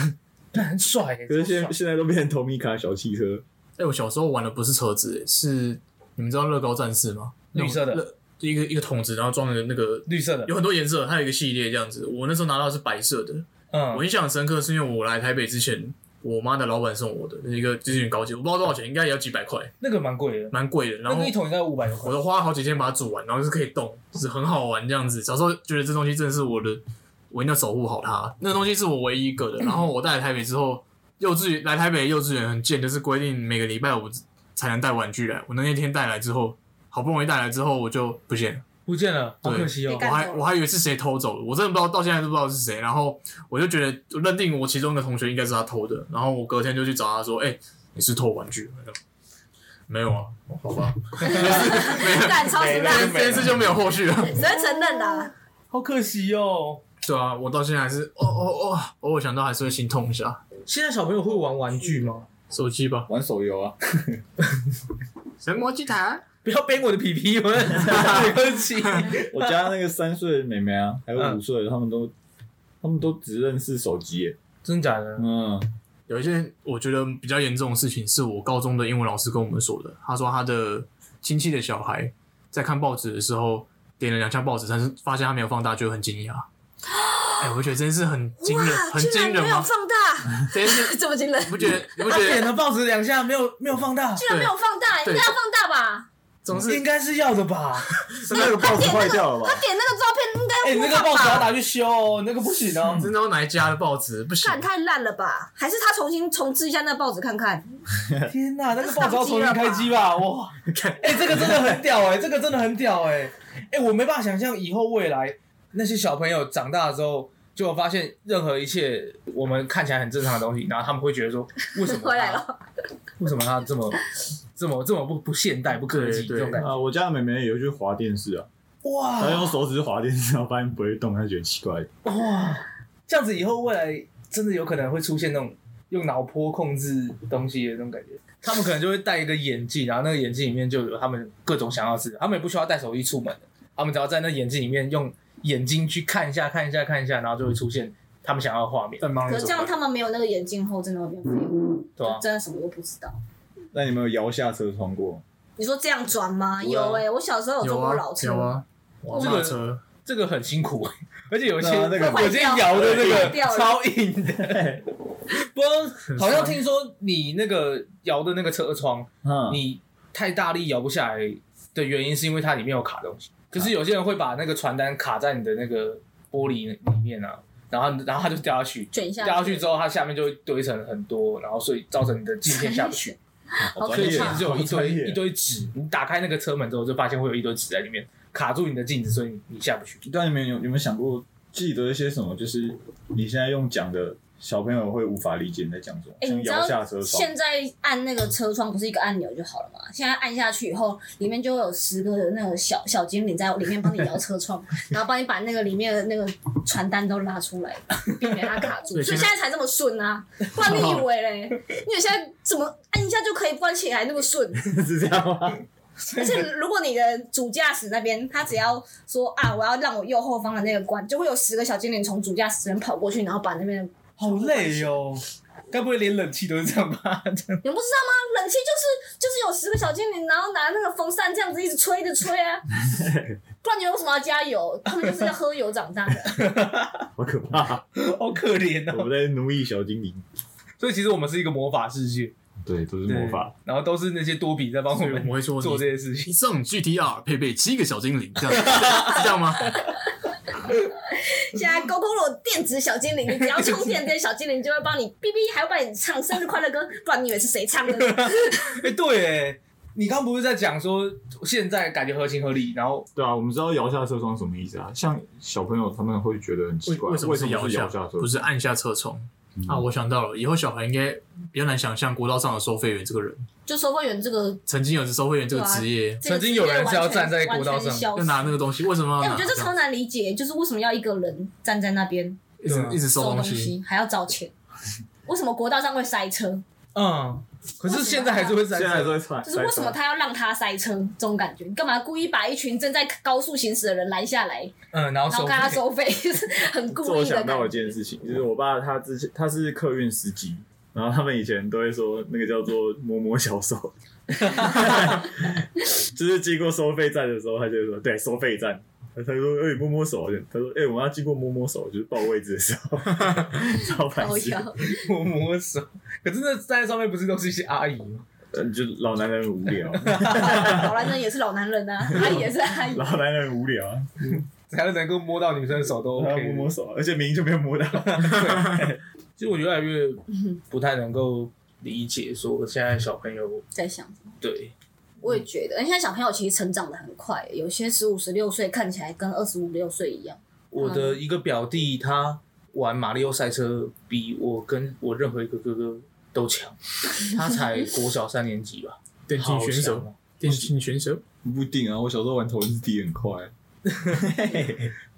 [SPEAKER 4] 干很帅欸。
[SPEAKER 5] 可是现
[SPEAKER 4] 超
[SPEAKER 5] 在
[SPEAKER 4] 帅
[SPEAKER 5] 现在都变成投米卡小汽车，
[SPEAKER 3] 哎，我小时候玩的不是车子，欸是你们知道乐高战士吗？
[SPEAKER 4] 绿色的
[SPEAKER 3] 那种乐，就一个一个桶子，然后装的那个
[SPEAKER 4] 绿色的，
[SPEAKER 3] 有很多颜色，它有一个系列这样子。我那时候拿到的是白色的，
[SPEAKER 4] 嗯
[SPEAKER 3] 我，印象很深刻，是因为我来台北之前，我妈的老板送我的一个就是很高级，我不知道多少钱，应该也要几百块，
[SPEAKER 4] 那个蛮贵的，
[SPEAKER 3] 蛮贵的。然
[SPEAKER 4] 那
[SPEAKER 3] 后
[SPEAKER 4] 个一桶应该五百多块
[SPEAKER 3] 我。都花了好几天把它煮完，然后就是可以动，就是很好玩这样子。小时候觉得这东西真的是我的，我一定要守护好它。那个东西是我唯一一个的。然后我带来台北之后，幼稚园来台北幼稚园很贱，就是规定每个礼拜五才能带玩具来。我那天带来之后，好不容易带来之后，我就不见了。
[SPEAKER 4] 不见了，好
[SPEAKER 3] 对
[SPEAKER 4] 可惜哦
[SPEAKER 1] 被。
[SPEAKER 3] 我
[SPEAKER 1] 干
[SPEAKER 3] 还
[SPEAKER 1] 走了
[SPEAKER 3] 我还以为是谁偷走了，我真的不知道，到现在都不知道是谁。然后我就觉得我认定我其中一个同学应该是他偷的，然后我隔天就去找他说：“哎、你是偷玩具吗？”他说没有啊，好吧， 没事，没有，
[SPEAKER 1] 干超时代，
[SPEAKER 3] 这件事就没有后续了。
[SPEAKER 1] 谁会承认的啊？
[SPEAKER 4] 好可惜哦。
[SPEAKER 3] 对啊，我到现在还是哦哦哦，偶尔想到还是会心痛一下。
[SPEAKER 4] 现在小朋友会玩玩具吗？
[SPEAKER 3] 手机吧，
[SPEAKER 5] 玩手游啊，
[SPEAKER 3] 神魔机塔，
[SPEAKER 4] 不不要编我的屁屁，我很对不起。
[SPEAKER 5] 我家那个三岁的妹妹啊，还有
[SPEAKER 4] 嗯
[SPEAKER 5] 五岁的，他们都他们都只认识手机耶。
[SPEAKER 4] 真假的？
[SPEAKER 5] 嗯，
[SPEAKER 3] 有一件我觉得比较严重的事情，是我高中的英文老师跟我们说的。他说他的亲戚的小孩在看报纸的时候点了两箱报纸，但是发现他没有放大，就很惊讶。哎，我觉得真是很惊人，
[SPEAKER 1] 哇，
[SPEAKER 3] 很
[SPEAKER 1] 居
[SPEAKER 3] 惊
[SPEAKER 1] 然
[SPEAKER 3] 人
[SPEAKER 1] 没有
[SPEAKER 3] 吗？
[SPEAKER 1] 放 大，
[SPEAKER 3] 这件事
[SPEAKER 1] 这么惊人，
[SPEAKER 3] 你不觉得？你不
[SPEAKER 4] 他
[SPEAKER 3] 觉
[SPEAKER 4] 点
[SPEAKER 3] 得？
[SPEAKER 4] 了啊报纸两下，没有没有放大，
[SPEAKER 1] 居然没有放大，应
[SPEAKER 3] 对
[SPEAKER 1] 该要放大吧？
[SPEAKER 3] 总
[SPEAKER 4] 应
[SPEAKER 3] 是
[SPEAKER 4] 该是要的吧？
[SPEAKER 5] 那个报纸坏掉了吧？
[SPEAKER 1] 点那个照片应
[SPEAKER 4] 哎，
[SPEAKER 1] 该
[SPEAKER 4] 你
[SPEAKER 1] 要
[SPEAKER 4] 那
[SPEAKER 1] 播
[SPEAKER 4] 个报
[SPEAKER 1] 放
[SPEAKER 4] 纸要
[SPEAKER 1] 吧？
[SPEAKER 4] 拿去修哦，那个不行哦
[SPEAKER 3] 不。知道哪一家的报纸不行
[SPEAKER 1] 看，太烂了吧？还是他重新重置一下那个报纸看看？
[SPEAKER 4] 天哪，那个报纸要重新开机吧？ 哇，哎、这个真的很屌哎、这个真的很屌哎、哎、我没办法想象以后未来那些小朋友长大之后，就有发现任何一切我们看起来很正常的东西，然后他们会觉 得说，为什么
[SPEAKER 1] 回来
[SPEAKER 4] 他
[SPEAKER 1] 了，
[SPEAKER 4] 为什么他这么这么这么不不现代不科技这
[SPEAKER 3] 对对
[SPEAKER 4] 种感觉？
[SPEAKER 5] 啊，我家的妹妹有去划电视啊，她用
[SPEAKER 4] 哇
[SPEAKER 5] 手指划电视，然后发现不会动，她觉得奇怪。
[SPEAKER 4] 哇，这样子以后未来真的有可能会出现那种用脑波控制东西的那种感觉。他们可能就会戴一个眼镜，然后那个眼镜里面就有他们各种想要吃的，他们也不需要带手机出门的，他们只要在那眼镜里面用眼睛去看一下、看一下、看一下，然后就会出现他们想要的画面，
[SPEAKER 3] 但忙
[SPEAKER 1] 可
[SPEAKER 3] 了
[SPEAKER 1] 是
[SPEAKER 3] 怎
[SPEAKER 1] 这样
[SPEAKER 3] 么办？
[SPEAKER 1] 他们没有那个眼镜后，真的会变废物，
[SPEAKER 4] 对啊吧、
[SPEAKER 1] 就真的什么都不知道。
[SPEAKER 5] 那你们有摇下车窗过？
[SPEAKER 1] 你说这样转吗？
[SPEAKER 5] 有啊
[SPEAKER 1] 有哎、我小时候有坐
[SPEAKER 3] 有
[SPEAKER 1] 过
[SPEAKER 3] 啊
[SPEAKER 1] 老，车，
[SPEAKER 3] 有啊，我
[SPEAKER 4] 这
[SPEAKER 3] 骂
[SPEAKER 4] 个
[SPEAKER 3] 车。
[SPEAKER 4] 这个很辛苦， 而且有些
[SPEAKER 5] 对啊那个
[SPEAKER 4] 有些摇的那
[SPEAKER 1] 坏
[SPEAKER 4] 个
[SPEAKER 1] 掉了
[SPEAKER 4] 超硬的。不过好像听说你那个摇的那个车窗，
[SPEAKER 5] 嗯，
[SPEAKER 4] 你太大力摇不下来的原因，是因为它里面有卡东西。就是有些人会把那个传单卡在你的那个玻璃里面啊，然后然后它就掉下去，
[SPEAKER 1] 卷下
[SPEAKER 4] 掉下去之后，它下面就会堆成很多，然后所以造成你的镜片下不去。
[SPEAKER 5] 好
[SPEAKER 1] 好
[SPEAKER 5] 专
[SPEAKER 4] 所以其
[SPEAKER 1] 可
[SPEAKER 5] 业
[SPEAKER 1] 怕
[SPEAKER 4] 实
[SPEAKER 5] 啊，
[SPEAKER 4] 就有一
[SPEAKER 5] 好专业
[SPEAKER 4] 堆一堆纸，你打开那个车门之后，就发现会有一堆纸在里面卡住你的镜子，所以你你下不去。
[SPEAKER 5] 但你们有有没有想过，记得一些什么？就是你现在用讲的，小朋友会无法理解你在讲什么，
[SPEAKER 1] 哎、
[SPEAKER 5] 像
[SPEAKER 1] 你知
[SPEAKER 5] 摇下
[SPEAKER 1] 道
[SPEAKER 5] 车窗。
[SPEAKER 1] 现在按那个车窗不是一个按钮就好了嘛？现在按下去以后，里面就会有十个那种小小精灵在里面帮你摇车窗， 然后帮你把那个里面的那个传单都拉出来，避免它卡住。所
[SPEAKER 3] 对
[SPEAKER 1] 以现
[SPEAKER 3] 现在
[SPEAKER 1] 在才这么顺啊！不然你以为嘞？ 你以为现在怎么按一下就可以关起来那么顺？
[SPEAKER 5] 是这样吗？
[SPEAKER 1] 而且如果你的主驾驶那边，他只要说啊，我要让我右后方的那个关，就会有十个小精灵从主驾驶这边跑过去，然后把那边的
[SPEAKER 4] 好累哦，该不会连冷气都是这样吧？ 这样
[SPEAKER 1] 你们不知道吗？冷气就是就是有十个小精灵，然后拿那个风扇这样子一直吹着吹啊，不然你们为什么要加油？他们就是要喝油长大的。
[SPEAKER 5] 好可怕！
[SPEAKER 4] 好可怜
[SPEAKER 5] 我
[SPEAKER 4] 哦。
[SPEAKER 5] 们在奴役小精灵。
[SPEAKER 4] 所以其实我们是一个魔法世界，
[SPEAKER 5] 对，都是
[SPEAKER 4] 对
[SPEAKER 5] 魔法。，
[SPEAKER 4] 然后都是那些多比在帮我
[SPEAKER 3] 所以我
[SPEAKER 4] 们
[SPEAKER 3] 们会说
[SPEAKER 4] 做
[SPEAKER 3] 你
[SPEAKER 4] 这些事情。
[SPEAKER 3] 以上 GTR 配备七个小精灵， 这样是这样 吗？
[SPEAKER 1] 现在 GoGoRo 电子小精灵，你只要充电，这些小精灵就会帮你哔哔，还会帮你唱生日快乐歌，不然你以为是谁唱的？
[SPEAKER 4] 哎、对，哎，你刚不是在讲说现在感觉合情合理，然后
[SPEAKER 5] 对啊，我们知道摇下车窗什么意思啊？像小朋友他们会觉得很奇怪，
[SPEAKER 3] 为什么
[SPEAKER 5] 是
[SPEAKER 3] 摇
[SPEAKER 5] 摇车窗？
[SPEAKER 3] 不是按下车窗啊？我想到了，以后小孩应该比较难想象国道上的收费员这个人。
[SPEAKER 1] 就收费员这个，
[SPEAKER 3] 曾经有是收费员这个职业，
[SPEAKER 1] 这个
[SPEAKER 4] 曾经有人是要
[SPEAKER 1] 职业
[SPEAKER 4] 站
[SPEAKER 1] 完全
[SPEAKER 4] 在国道上
[SPEAKER 1] 完全消
[SPEAKER 3] 要
[SPEAKER 1] 失
[SPEAKER 3] 拿那个东西，为什么
[SPEAKER 1] 哎、
[SPEAKER 3] 要
[SPEAKER 1] 我
[SPEAKER 3] 拿
[SPEAKER 1] 觉得这超难理解，就是为什么要一个人站在那边
[SPEAKER 3] 一直一直
[SPEAKER 1] 收
[SPEAKER 3] 收
[SPEAKER 1] 东
[SPEAKER 3] 东
[SPEAKER 1] 西，还要找钱？为什么国道上会塞车？
[SPEAKER 4] 嗯，可是现在还是会在
[SPEAKER 5] 现在都在穿，
[SPEAKER 1] 就是为什么他要让他塞车？这种感觉，你干嘛故意把一群正在高速行驶的人拦下来，
[SPEAKER 4] 嗯，然后
[SPEAKER 1] 然后
[SPEAKER 4] 收
[SPEAKER 1] 跟他
[SPEAKER 4] 费
[SPEAKER 1] 收费，就是很
[SPEAKER 5] 这
[SPEAKER 1] 故
[SPEAKER 5] 我
[SPEAKER 1] 意的
[SPEAKER 5] 想
[SPEAKER 1] 感
[SPEAKER 5] 到一
[SPEAKER 1] 觉。
[SPEAKER 5] 件事情，就是我爸他之前他是客运司机，然后他们以前都会说那个叫做“摸摸小 手”，就是经过收费站的时候，他就会说对收费站。他说：“哎、摸摸手。”他说：“哎、我们要经过摸摸手，就是报位置的时 候，超白
[SPEAKER 1] 好
[SPEAKER 5] 痴，
[SPEAKER 1] 笑，
[SPEAKER 4] 摸摸手，可是那站在上面不是都是一些阿姨吗？
[SPEAKER 5] 呃就老男人无 聊，
[SPEAKER 1] 老男人也是老男 人啊，阿姨也是阿姨，
[SPEAKER 5] 老男人无聊，
[SPEAKER 4] 才能够摸到女生的手都
[SPEAKER 5] 然后
[SPEAKER 4] OK
[SPEAKER 5] 摸摸。手，而且明明就没有摸到。
[SPEAKER 4] 其实我越来越不太能够理解，说现在小朋友
[SPEAKER 1] 在想什么？
[SPEAKER 4] 对
[SPEAKER 1] 我也觉得，哎而且现在小朋友其实成长的很快，有些十五十六岁看起来跟二十五六岁一样。
[SPEAKER 4] 我的一个表弟，他玩马里奥赛车比我跟我任何一个哥哥都强，他才国小三年级吧，
[SPEAKER 3] 电竞
[SPEAKER 4] 好
[SPEAKER 3] 选
[SPEAKER 4] 强
[SPEAKER 3] 手，
[SPEAKER 4] 哦。
[SPEAKER 3] 电竞选手，
[SPEAKER 5] 不一定啊，我小时候玩投掷机很快，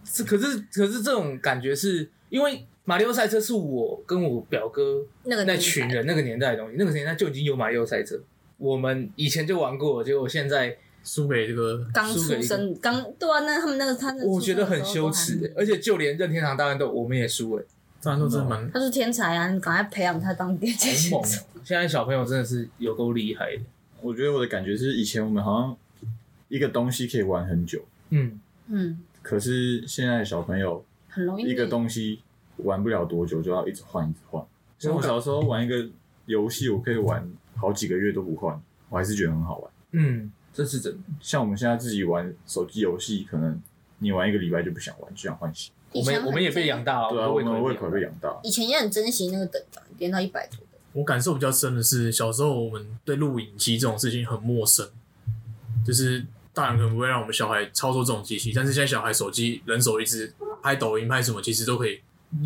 [SPEAKER 4] 是，可是可是这种感觉是因为马里奥赛车是我跟我表哥
[SPEAKER 1] 那个
[SPEAKER 4] 那
[SPEAKER 1] 年代
[SPEAKER 4] 群人那个年代的东西，那个年代就已经有马里奥赛车，我们以前就玩过，结果现在
[SPEAKER 3] 输给这个
[SPEAKER 1] 刚
[SPEAKER 4] 输给
[SPEAKER 1] 出
[SPEAKER 4] 一个
[SPEAKER 1] 生，刚对啊，那他们那个他那
[SPEAKER 4] 我觉得很羞耻、
[SPEAKER 1] 嗯
[SPEAKER 4] 欸，而且就连任天堂大乱斗我们也输哎、
[SPEAKER 3] 战斗真的蛮
[SPEAKER 1] 他是天才啊，你赶快培养他当电竞
[SPEAKER 4] 欸，很
[SPEAKER 1] 选
[SPEAKER 4] 猛
[SPEAKER 1] 手。
[SPEAKER 4] 哦、现在小朋友真的是有够厉害的，
[SPEAKER 5] 我觉得我的感觉是，以前我们好像一个东西可以玩很久，
[SPEAKER 4] 嗯，
[SPEAKER 1] 嗯，
[SPEAKER 5] 可是现在的小朋友
[SPEAKER 1] 很容易
[SPEAKER 5] 一个
[SPEAKER 1] 腻
[SPEAKER 5] 东西玩不了多久就要一直换，一直换。像我小时候玩一个游戏，我可以玩好几个月都不换，我还是觉得很好玩。
[SPEAKER 4] 嗯，这是真的。
[SPEAKER 5] 像我们现在自己玩手机游戏，可能你玩一个礼拜就不想玩，就想换新。
[SPEAKER 4] 我
[SPEAKER 1] 以前
[SPEAKER 4] 们
[SPEAKER 1] 很
[SPEAKER 4] 我们也被养大了，哦
[SPEAKER 5] 对啊，我
[SPEAKER 4] 我
[SPEAKER 5] 们
[SPEAKER 4] 们
[SPEAKER 5] 胃
[SPEAKER 4] 胃
[SPEAKER 5] 口
[SPEAKER 4] 口
[SPEAKER 5] 被
[SPEAKER 4] 被养
[SPEAKER 5] 养大。
[SPEAKER 1] 以前也很珍惜那个等级，连到一百多的。
[SPEAKER 3] 我感受比较深的是，小时候我们对录影机这种事情很陌生，就是大人可能不会让我们小孩操作这种机器，但是现在小孩手机人手一支，拍抖音拍什么其实都可以。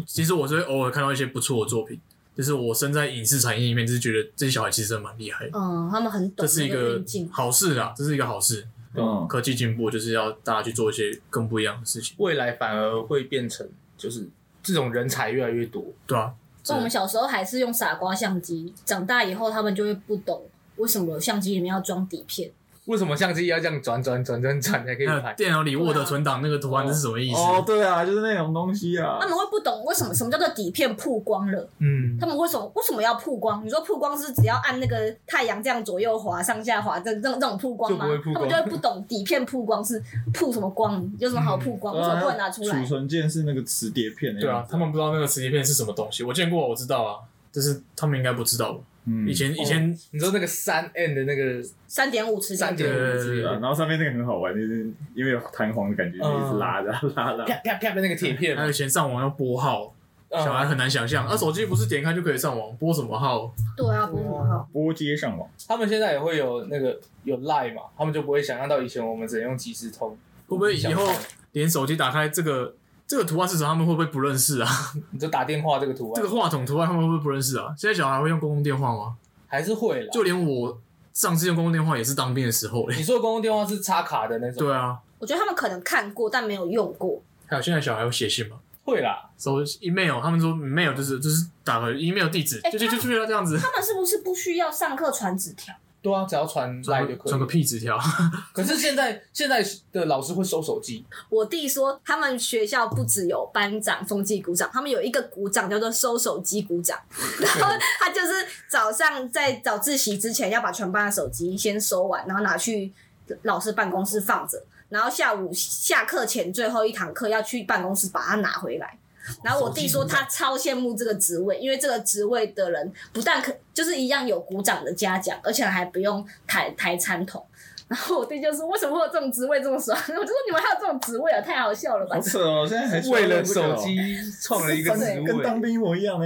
[SPEAKER 3] 其实我是会偶尔看到一些不错的作品，就是我身在影视产业里面，就是觉得这些小孩其实真的蛮厉害的，
[SPEAKER 1] 嗯，他们很懂
[SPEAKER 3] 这是一
[SPEAKER 1] 那
[SPEAKER 3] 个
[SPEAKER 1] 运镜哦
[SPEAKER 3] 好事啊，这是一个好事。
[SPEAKER 5] 嗯，
[SPEAKER 3] 科技进步就是要大家去做一些更不一样的事情，
[SPEAKER 4] 未来反而会变成就是这种人才越来越多，
[SPEAKER 3] 对啊，
[SPEAKER 1] 像我们小时候还是用傻瓜相机，长大以后他们就会不懂为什么相机里面要装底片。
[SPEAKER 4] 为什么相机要这样转转转转转才可以
[SPEAKER 3] 还有
[SPEAKER 4] 拍？
[SPEAKER 3] 电脑
[SPEAKER 1] 啊
[SPEAKER 3] 里 Word 存档那个图案
[SPEAKER 4] 哦
[SPEAKER 3] 这是什么意思？
[SPEAKER 5] 哦，对啊，就是那种东西啊
[SPEAKER 1] 他。们会不懂为什么什么叫做底片曝光了，
[SPEAKER 4] 嗯
[SPEAKER 1] 他，们为什么为什么要曝光？你说曝光是只要按那个太阳这样左右滑、上下滑这这这种曝光
[SPEAKER 4] 就
[SPEAKER 1] 吗嗯
[SPEAKER 4] 不会曝？
[SPEAKER 1] 他
[SPEAKER 4] 光
[SPEAKER 1] 们就会不懂底片曝光是曝什么光，有什么好曝光？为什么不能拿出来
[SPEAKER 5] 储？存键是那个磁碟片的
[SPEAKER 3] 对啊
[SPEAKER 5] 样，子。
[SPEAKER 3] 他们不知道那个磁碟片是什么东西。我见过，我知道啊，但是他们应该不知道吧？
[SPEAKER 5] 嗯
[SPEAKER 3] 以前以前
[SPEAKER 4] 你说那个三 N 的那个
[SPEAKER 1] 三点五尺角
[SPEAKER 4] 三点五之类
[SPEAKER 5] 对啊
[SPEAKER 4] 的
[SPEAKER 5] 然后上面那个很好玩，就是因为有弹簧的感
[SPEAKER 3] 嗯
[SPEAKER 5] 觉，就一直拉着拉拉。
[SPEAKER 4] 啪啪啪的那个铁片
[SPEAKER 3] 还
[SPEAKER 4] 嘛
[SPEAKER 3] 有以，前上网要拨号，
[SPEAKER 4] 嗯
[SPEAKER 3] 哎小孩很难想象。啊，手机不是点开就可以上网，拨什么号？
[SPEAKER 1] 对啊，不是很好。
[SPEAKER 5] 拨接上网，
[SPEAKER 4] 他们现在也会有那个有 Line 嘛，他们就不会想象到以前我们只能用即时通，
[SPEAKER 3] 会不会以后连手机打开这个这个图案是什么，他们会不会不认识啊？
[SPEAKER 4] 你就打电话这个图
[SPEAKER 3] 这
[SPEAKER 4] 案
[SPEAKER 3] 个话筒图案他们会不会不认识啊？现在小孩会用公共电话吗？
[SPEAKER 4] 还是会啦。
[SPEAKER 3] 就连我上次用公共电话也是当兵的时候嘞。欸
[SPEAKER 4] 你说的公共电话是插卡的那种，
[SPEAKER 3] 对啊，
[SPEAKER 1] 我觉得他们可能看过，但没有用过。
[SPEAKER 3] 还有现在小孩会写信吗？
[SPEAKER 4] 会啦，
[SPEAKER 3] 手 email，他们说 email 就是就是打个 email 地址，
[SPEAKER 1] 哎
[SPEAKER 3] 就就就就要这样 子，
[SPEAKER 1] 他们是不是不需要上课传纸条？
[SPEAKER 4] 对啊，只要传 Line 就可以。
[SPEAKER 3] 传个屁纸条。
[SPEAKER 4] 可是现在现在的老师会收手机，
[SPEAKER 1] 我弟说，他们学校不只有班长、风纪股长，他们有一个股长叫做收手机股长。然后他就是早上在早自习之前要把全班的手机先收完，然后拿去老师办公室放着，然后下午下课前最后一堂课要去办公室把它拿回来。然后我弟说他超羡慕这个职位，因为这个职位的人不但可就是一样有股长的嘉奖，而且还不用抬抬餐桶。然后我弟就说：“为什么会有这种职位这么爽？”我就说：“你们还有这种职位啊，太好笑了吧
[SPEAKER 5] 好扯哦！现在还需要
[SPEAKER 4] 为
[SPEAKER 5] 用
[SPEAKER 4] 了
[SPEAKER 5] 这个
[SPEAKER 4] 手
[SPEAKER 5] 哦，
[SPEAKER 4] 机创了一个
[SPEAKER 5] 跟
[SPEAKER 4] 职
[SPEAKER 5] 跟当
[SPEAKER 4] 位。
[SPEAKER 5] 兵一模一样呢。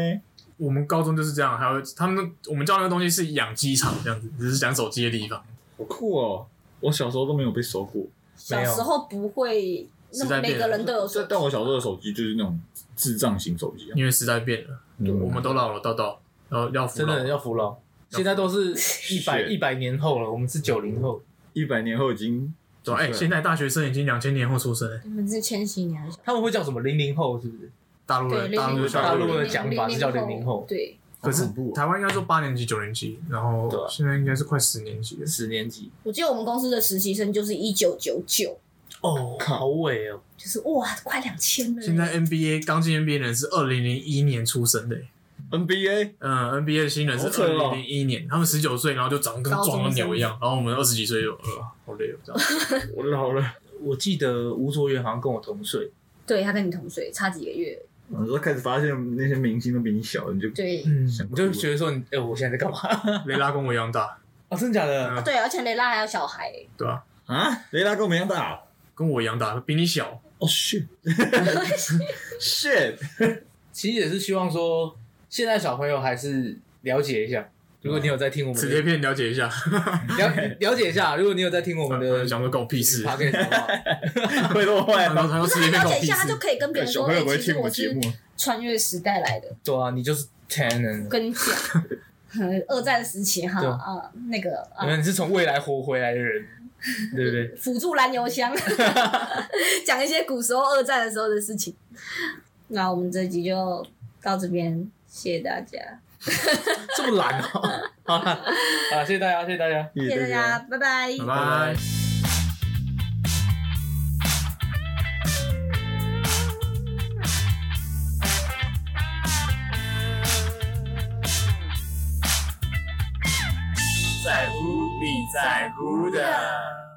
[SPEAKER 3] 我们高中就是这样，还有他们我们教那个东西是养鸡场这样子，只是讲手机的地方。
[SPEAKER 5] 好酷哦！我小时候都没有被收过，？”
[SPEAKER 1] 小时候不会，那
[SPEAKER 3] 时代
[SPEAKER 1] 么每
[SPEAKER 3] 变
[SPEAKER 1] 个
[SPEAKER 3] 了
[SPEAKER 1] 人都有手
[SPEAKER 5] 但但我小时候的手机就是那种智障型手机啊。
[SPEAKER 3] 因为时代变了，
[SPEAKER 5] 嗯
[SPEAKER 3] 我们都老了，到到然后要服
[SPEAKER 4] 真
[SPEAKER 3] 老
[SPEAKER 4] 的要服老，现在都是一百
[SPEAKER 5] 是
[SPEAKER 4] 一百年后了，我们是九零后，
[SPEAKER 5] 一百年后已经
[SPEAKER 3] 对吧，哎、
[SPEAKER 5] 对
[SPEAKER 3] 现在大学生已经两千年后出生了，
[SPEAKER 1] 你们是千禧年，
[SPEAKER 4] 他们会叫什么零零后是不是？
[SPEAKER 3] 大陆
[SPEAKER 1] 对，
[SPEAKER 3] 人，
[SPEAKER 1] 零
[SPEAKER 3] 大陆
[SPEAKER 1] 零
[SPEAKER 3] 人，
[SPEAKER 1] 后
[SPEAKER 3] 大
[SPEAKER 4] 大
[SPEAKER 3] 陆
[SPEAKER 4] 陆
[SPEAKER 3] 人。
[SPEAKER 4] 的讲法是叫零零后
[SPEAKER 1] 对，
[SPEAKER 3] 可是
[SPEAKER 5] 好恐怖哦
[SPEAKER 3] 台湾应该说八年级、九年级，然后
[SPEAKER 4] 对啊
[SPEAKER 3] 现在应该是快十年级了。
[SPEAKER 4] 十年级
[SPEAKER 1] 我记得我们公司的实习生就是一九九九，
[SPEAKER 4] 哦，好伟哦，
[SPEAKER 1] 就是哇，快两千了。
[SPEAKER 3] 现在 NBA 刚进 NBA 的人是二零零一年出生的、
[SPEAKER 5] NBA
[SPEAKER 3] 嗯，NBA 的新人是
[SPEAKER 5] 好扯
[SPEAKER 3] 二
[SPEAKER 5] 哦
[SPEAKER 3] 零零一年，他们十九岁，然后就长得跟
[SPEAKER 1] 高中
[SPEAKER 3] 壮了
[SPEAKER 1] 生
[SPEAKER 3] 鸟一样，然后我们二十几岁就呃，好累哦，这样。
[SPEAKER 5] 我老了，
[SPEAKER 4] 我记得吴卓源好像跟我同岁，
[SPEAKER 1] 对他跟你同岁，差几个月。
[SPEAKER 5] 我都开始发现那些明星都比你小，你就
[SPEAKER 1] 对，
[SPEAKER 4] 嗯
[SPEAKER 5] 想哭
[SPEAKER 4] 你就觉得说你，哎，我现在在干嘛？
[SPEAKER 3] 雷拉跟我一样大，
[SPEAKER 4] 啊，真的假的？
[SPEAKER 3] 嗯
[SPEAKER 1] 对，而且雷拉还有小孩，
[SPEAKER 3] 对吧、
[SPEAKER 5] 啊，雷拉跟我们一样大
[SPEAKER 3] 跟我一样大，比你小。
[SPEAKER 5] 哦，shit shit，
[SPEAKER 4] 其实也是希望说，现在小朋友还是了解一下。如果你有在听我们
[SPEAKER 3] 此贴
[SPEAKER 4] 的
[SPEAKER 3] 片了解一下，
[SPEAKER 4] 了了解一 下，如果你有在听我们 的
[SPEAKER 3] 想说关我屁事。
[SPEAKER 4] p o d 的话，
[SPEAKER 5] 会多坏
[SPEAKER 3] 然后
[SPEAKER 5] 啊！
[SPEAKER 3] 他
[SPEAKER 1] 不
[SPEAKER 3] 说此
[SPEAKER 1] 是
[SPEAKER 3] 贴
[SPEAKER 1] 他
[SPEAKER 3] 片
[SPEAKER 1] 了
[SPEAKER 3] 关我
[SPEAKER 1] 解一
[SPEAKER 3] 屁
[SPEAKER 1] 下，他
[SPEAKER 3] 事
[SPEAKER 1] 就。可以跟别人
[SPEAKER 5] 小
[SPEAKER 1] 说，
[SPEAKER 5] 朋友
[SPEAKER 1] 哎，
[SPEAKER 5] 不会
[SPEAKER 1] 其
[SPEAKER 5] 听
[SPEAKER 1] 实
[SPEAKER 5] 我
[SPEAKER 1] 我
[SPEAKER 5] 们节
[SPEAKER 1] 是
[SPEAKER 5] 目，
[SPEAKER 1] 穿越时代来的。
[SPEAKER 4] 对啊，你就是 Canon，
[SPEAKER 1] 跟你讲，可能二战时期哈
[SPEAKER 4] 对
[SPEAKER 1] 啊，那个
[SPEAKER 4] 因
[SPEAKER 1] 啊，
[SPEAKER 4] 为你是从未来活回来的人，对不对？
[SPEAKER 1] 辅助燃 油箱，讲一些古时候二战的时候的事情。那我们这集就到这边，谢谢大家，
[SPEAKER 4] 这 么懒哦、好了，啊，谢谢大家，谢谢大家。
[SPEAKER 5] 谢
[SPEAKER 1] 谢谢大家，拜拜
[SPEAKER 3] 拜拜。在乎你在乎的。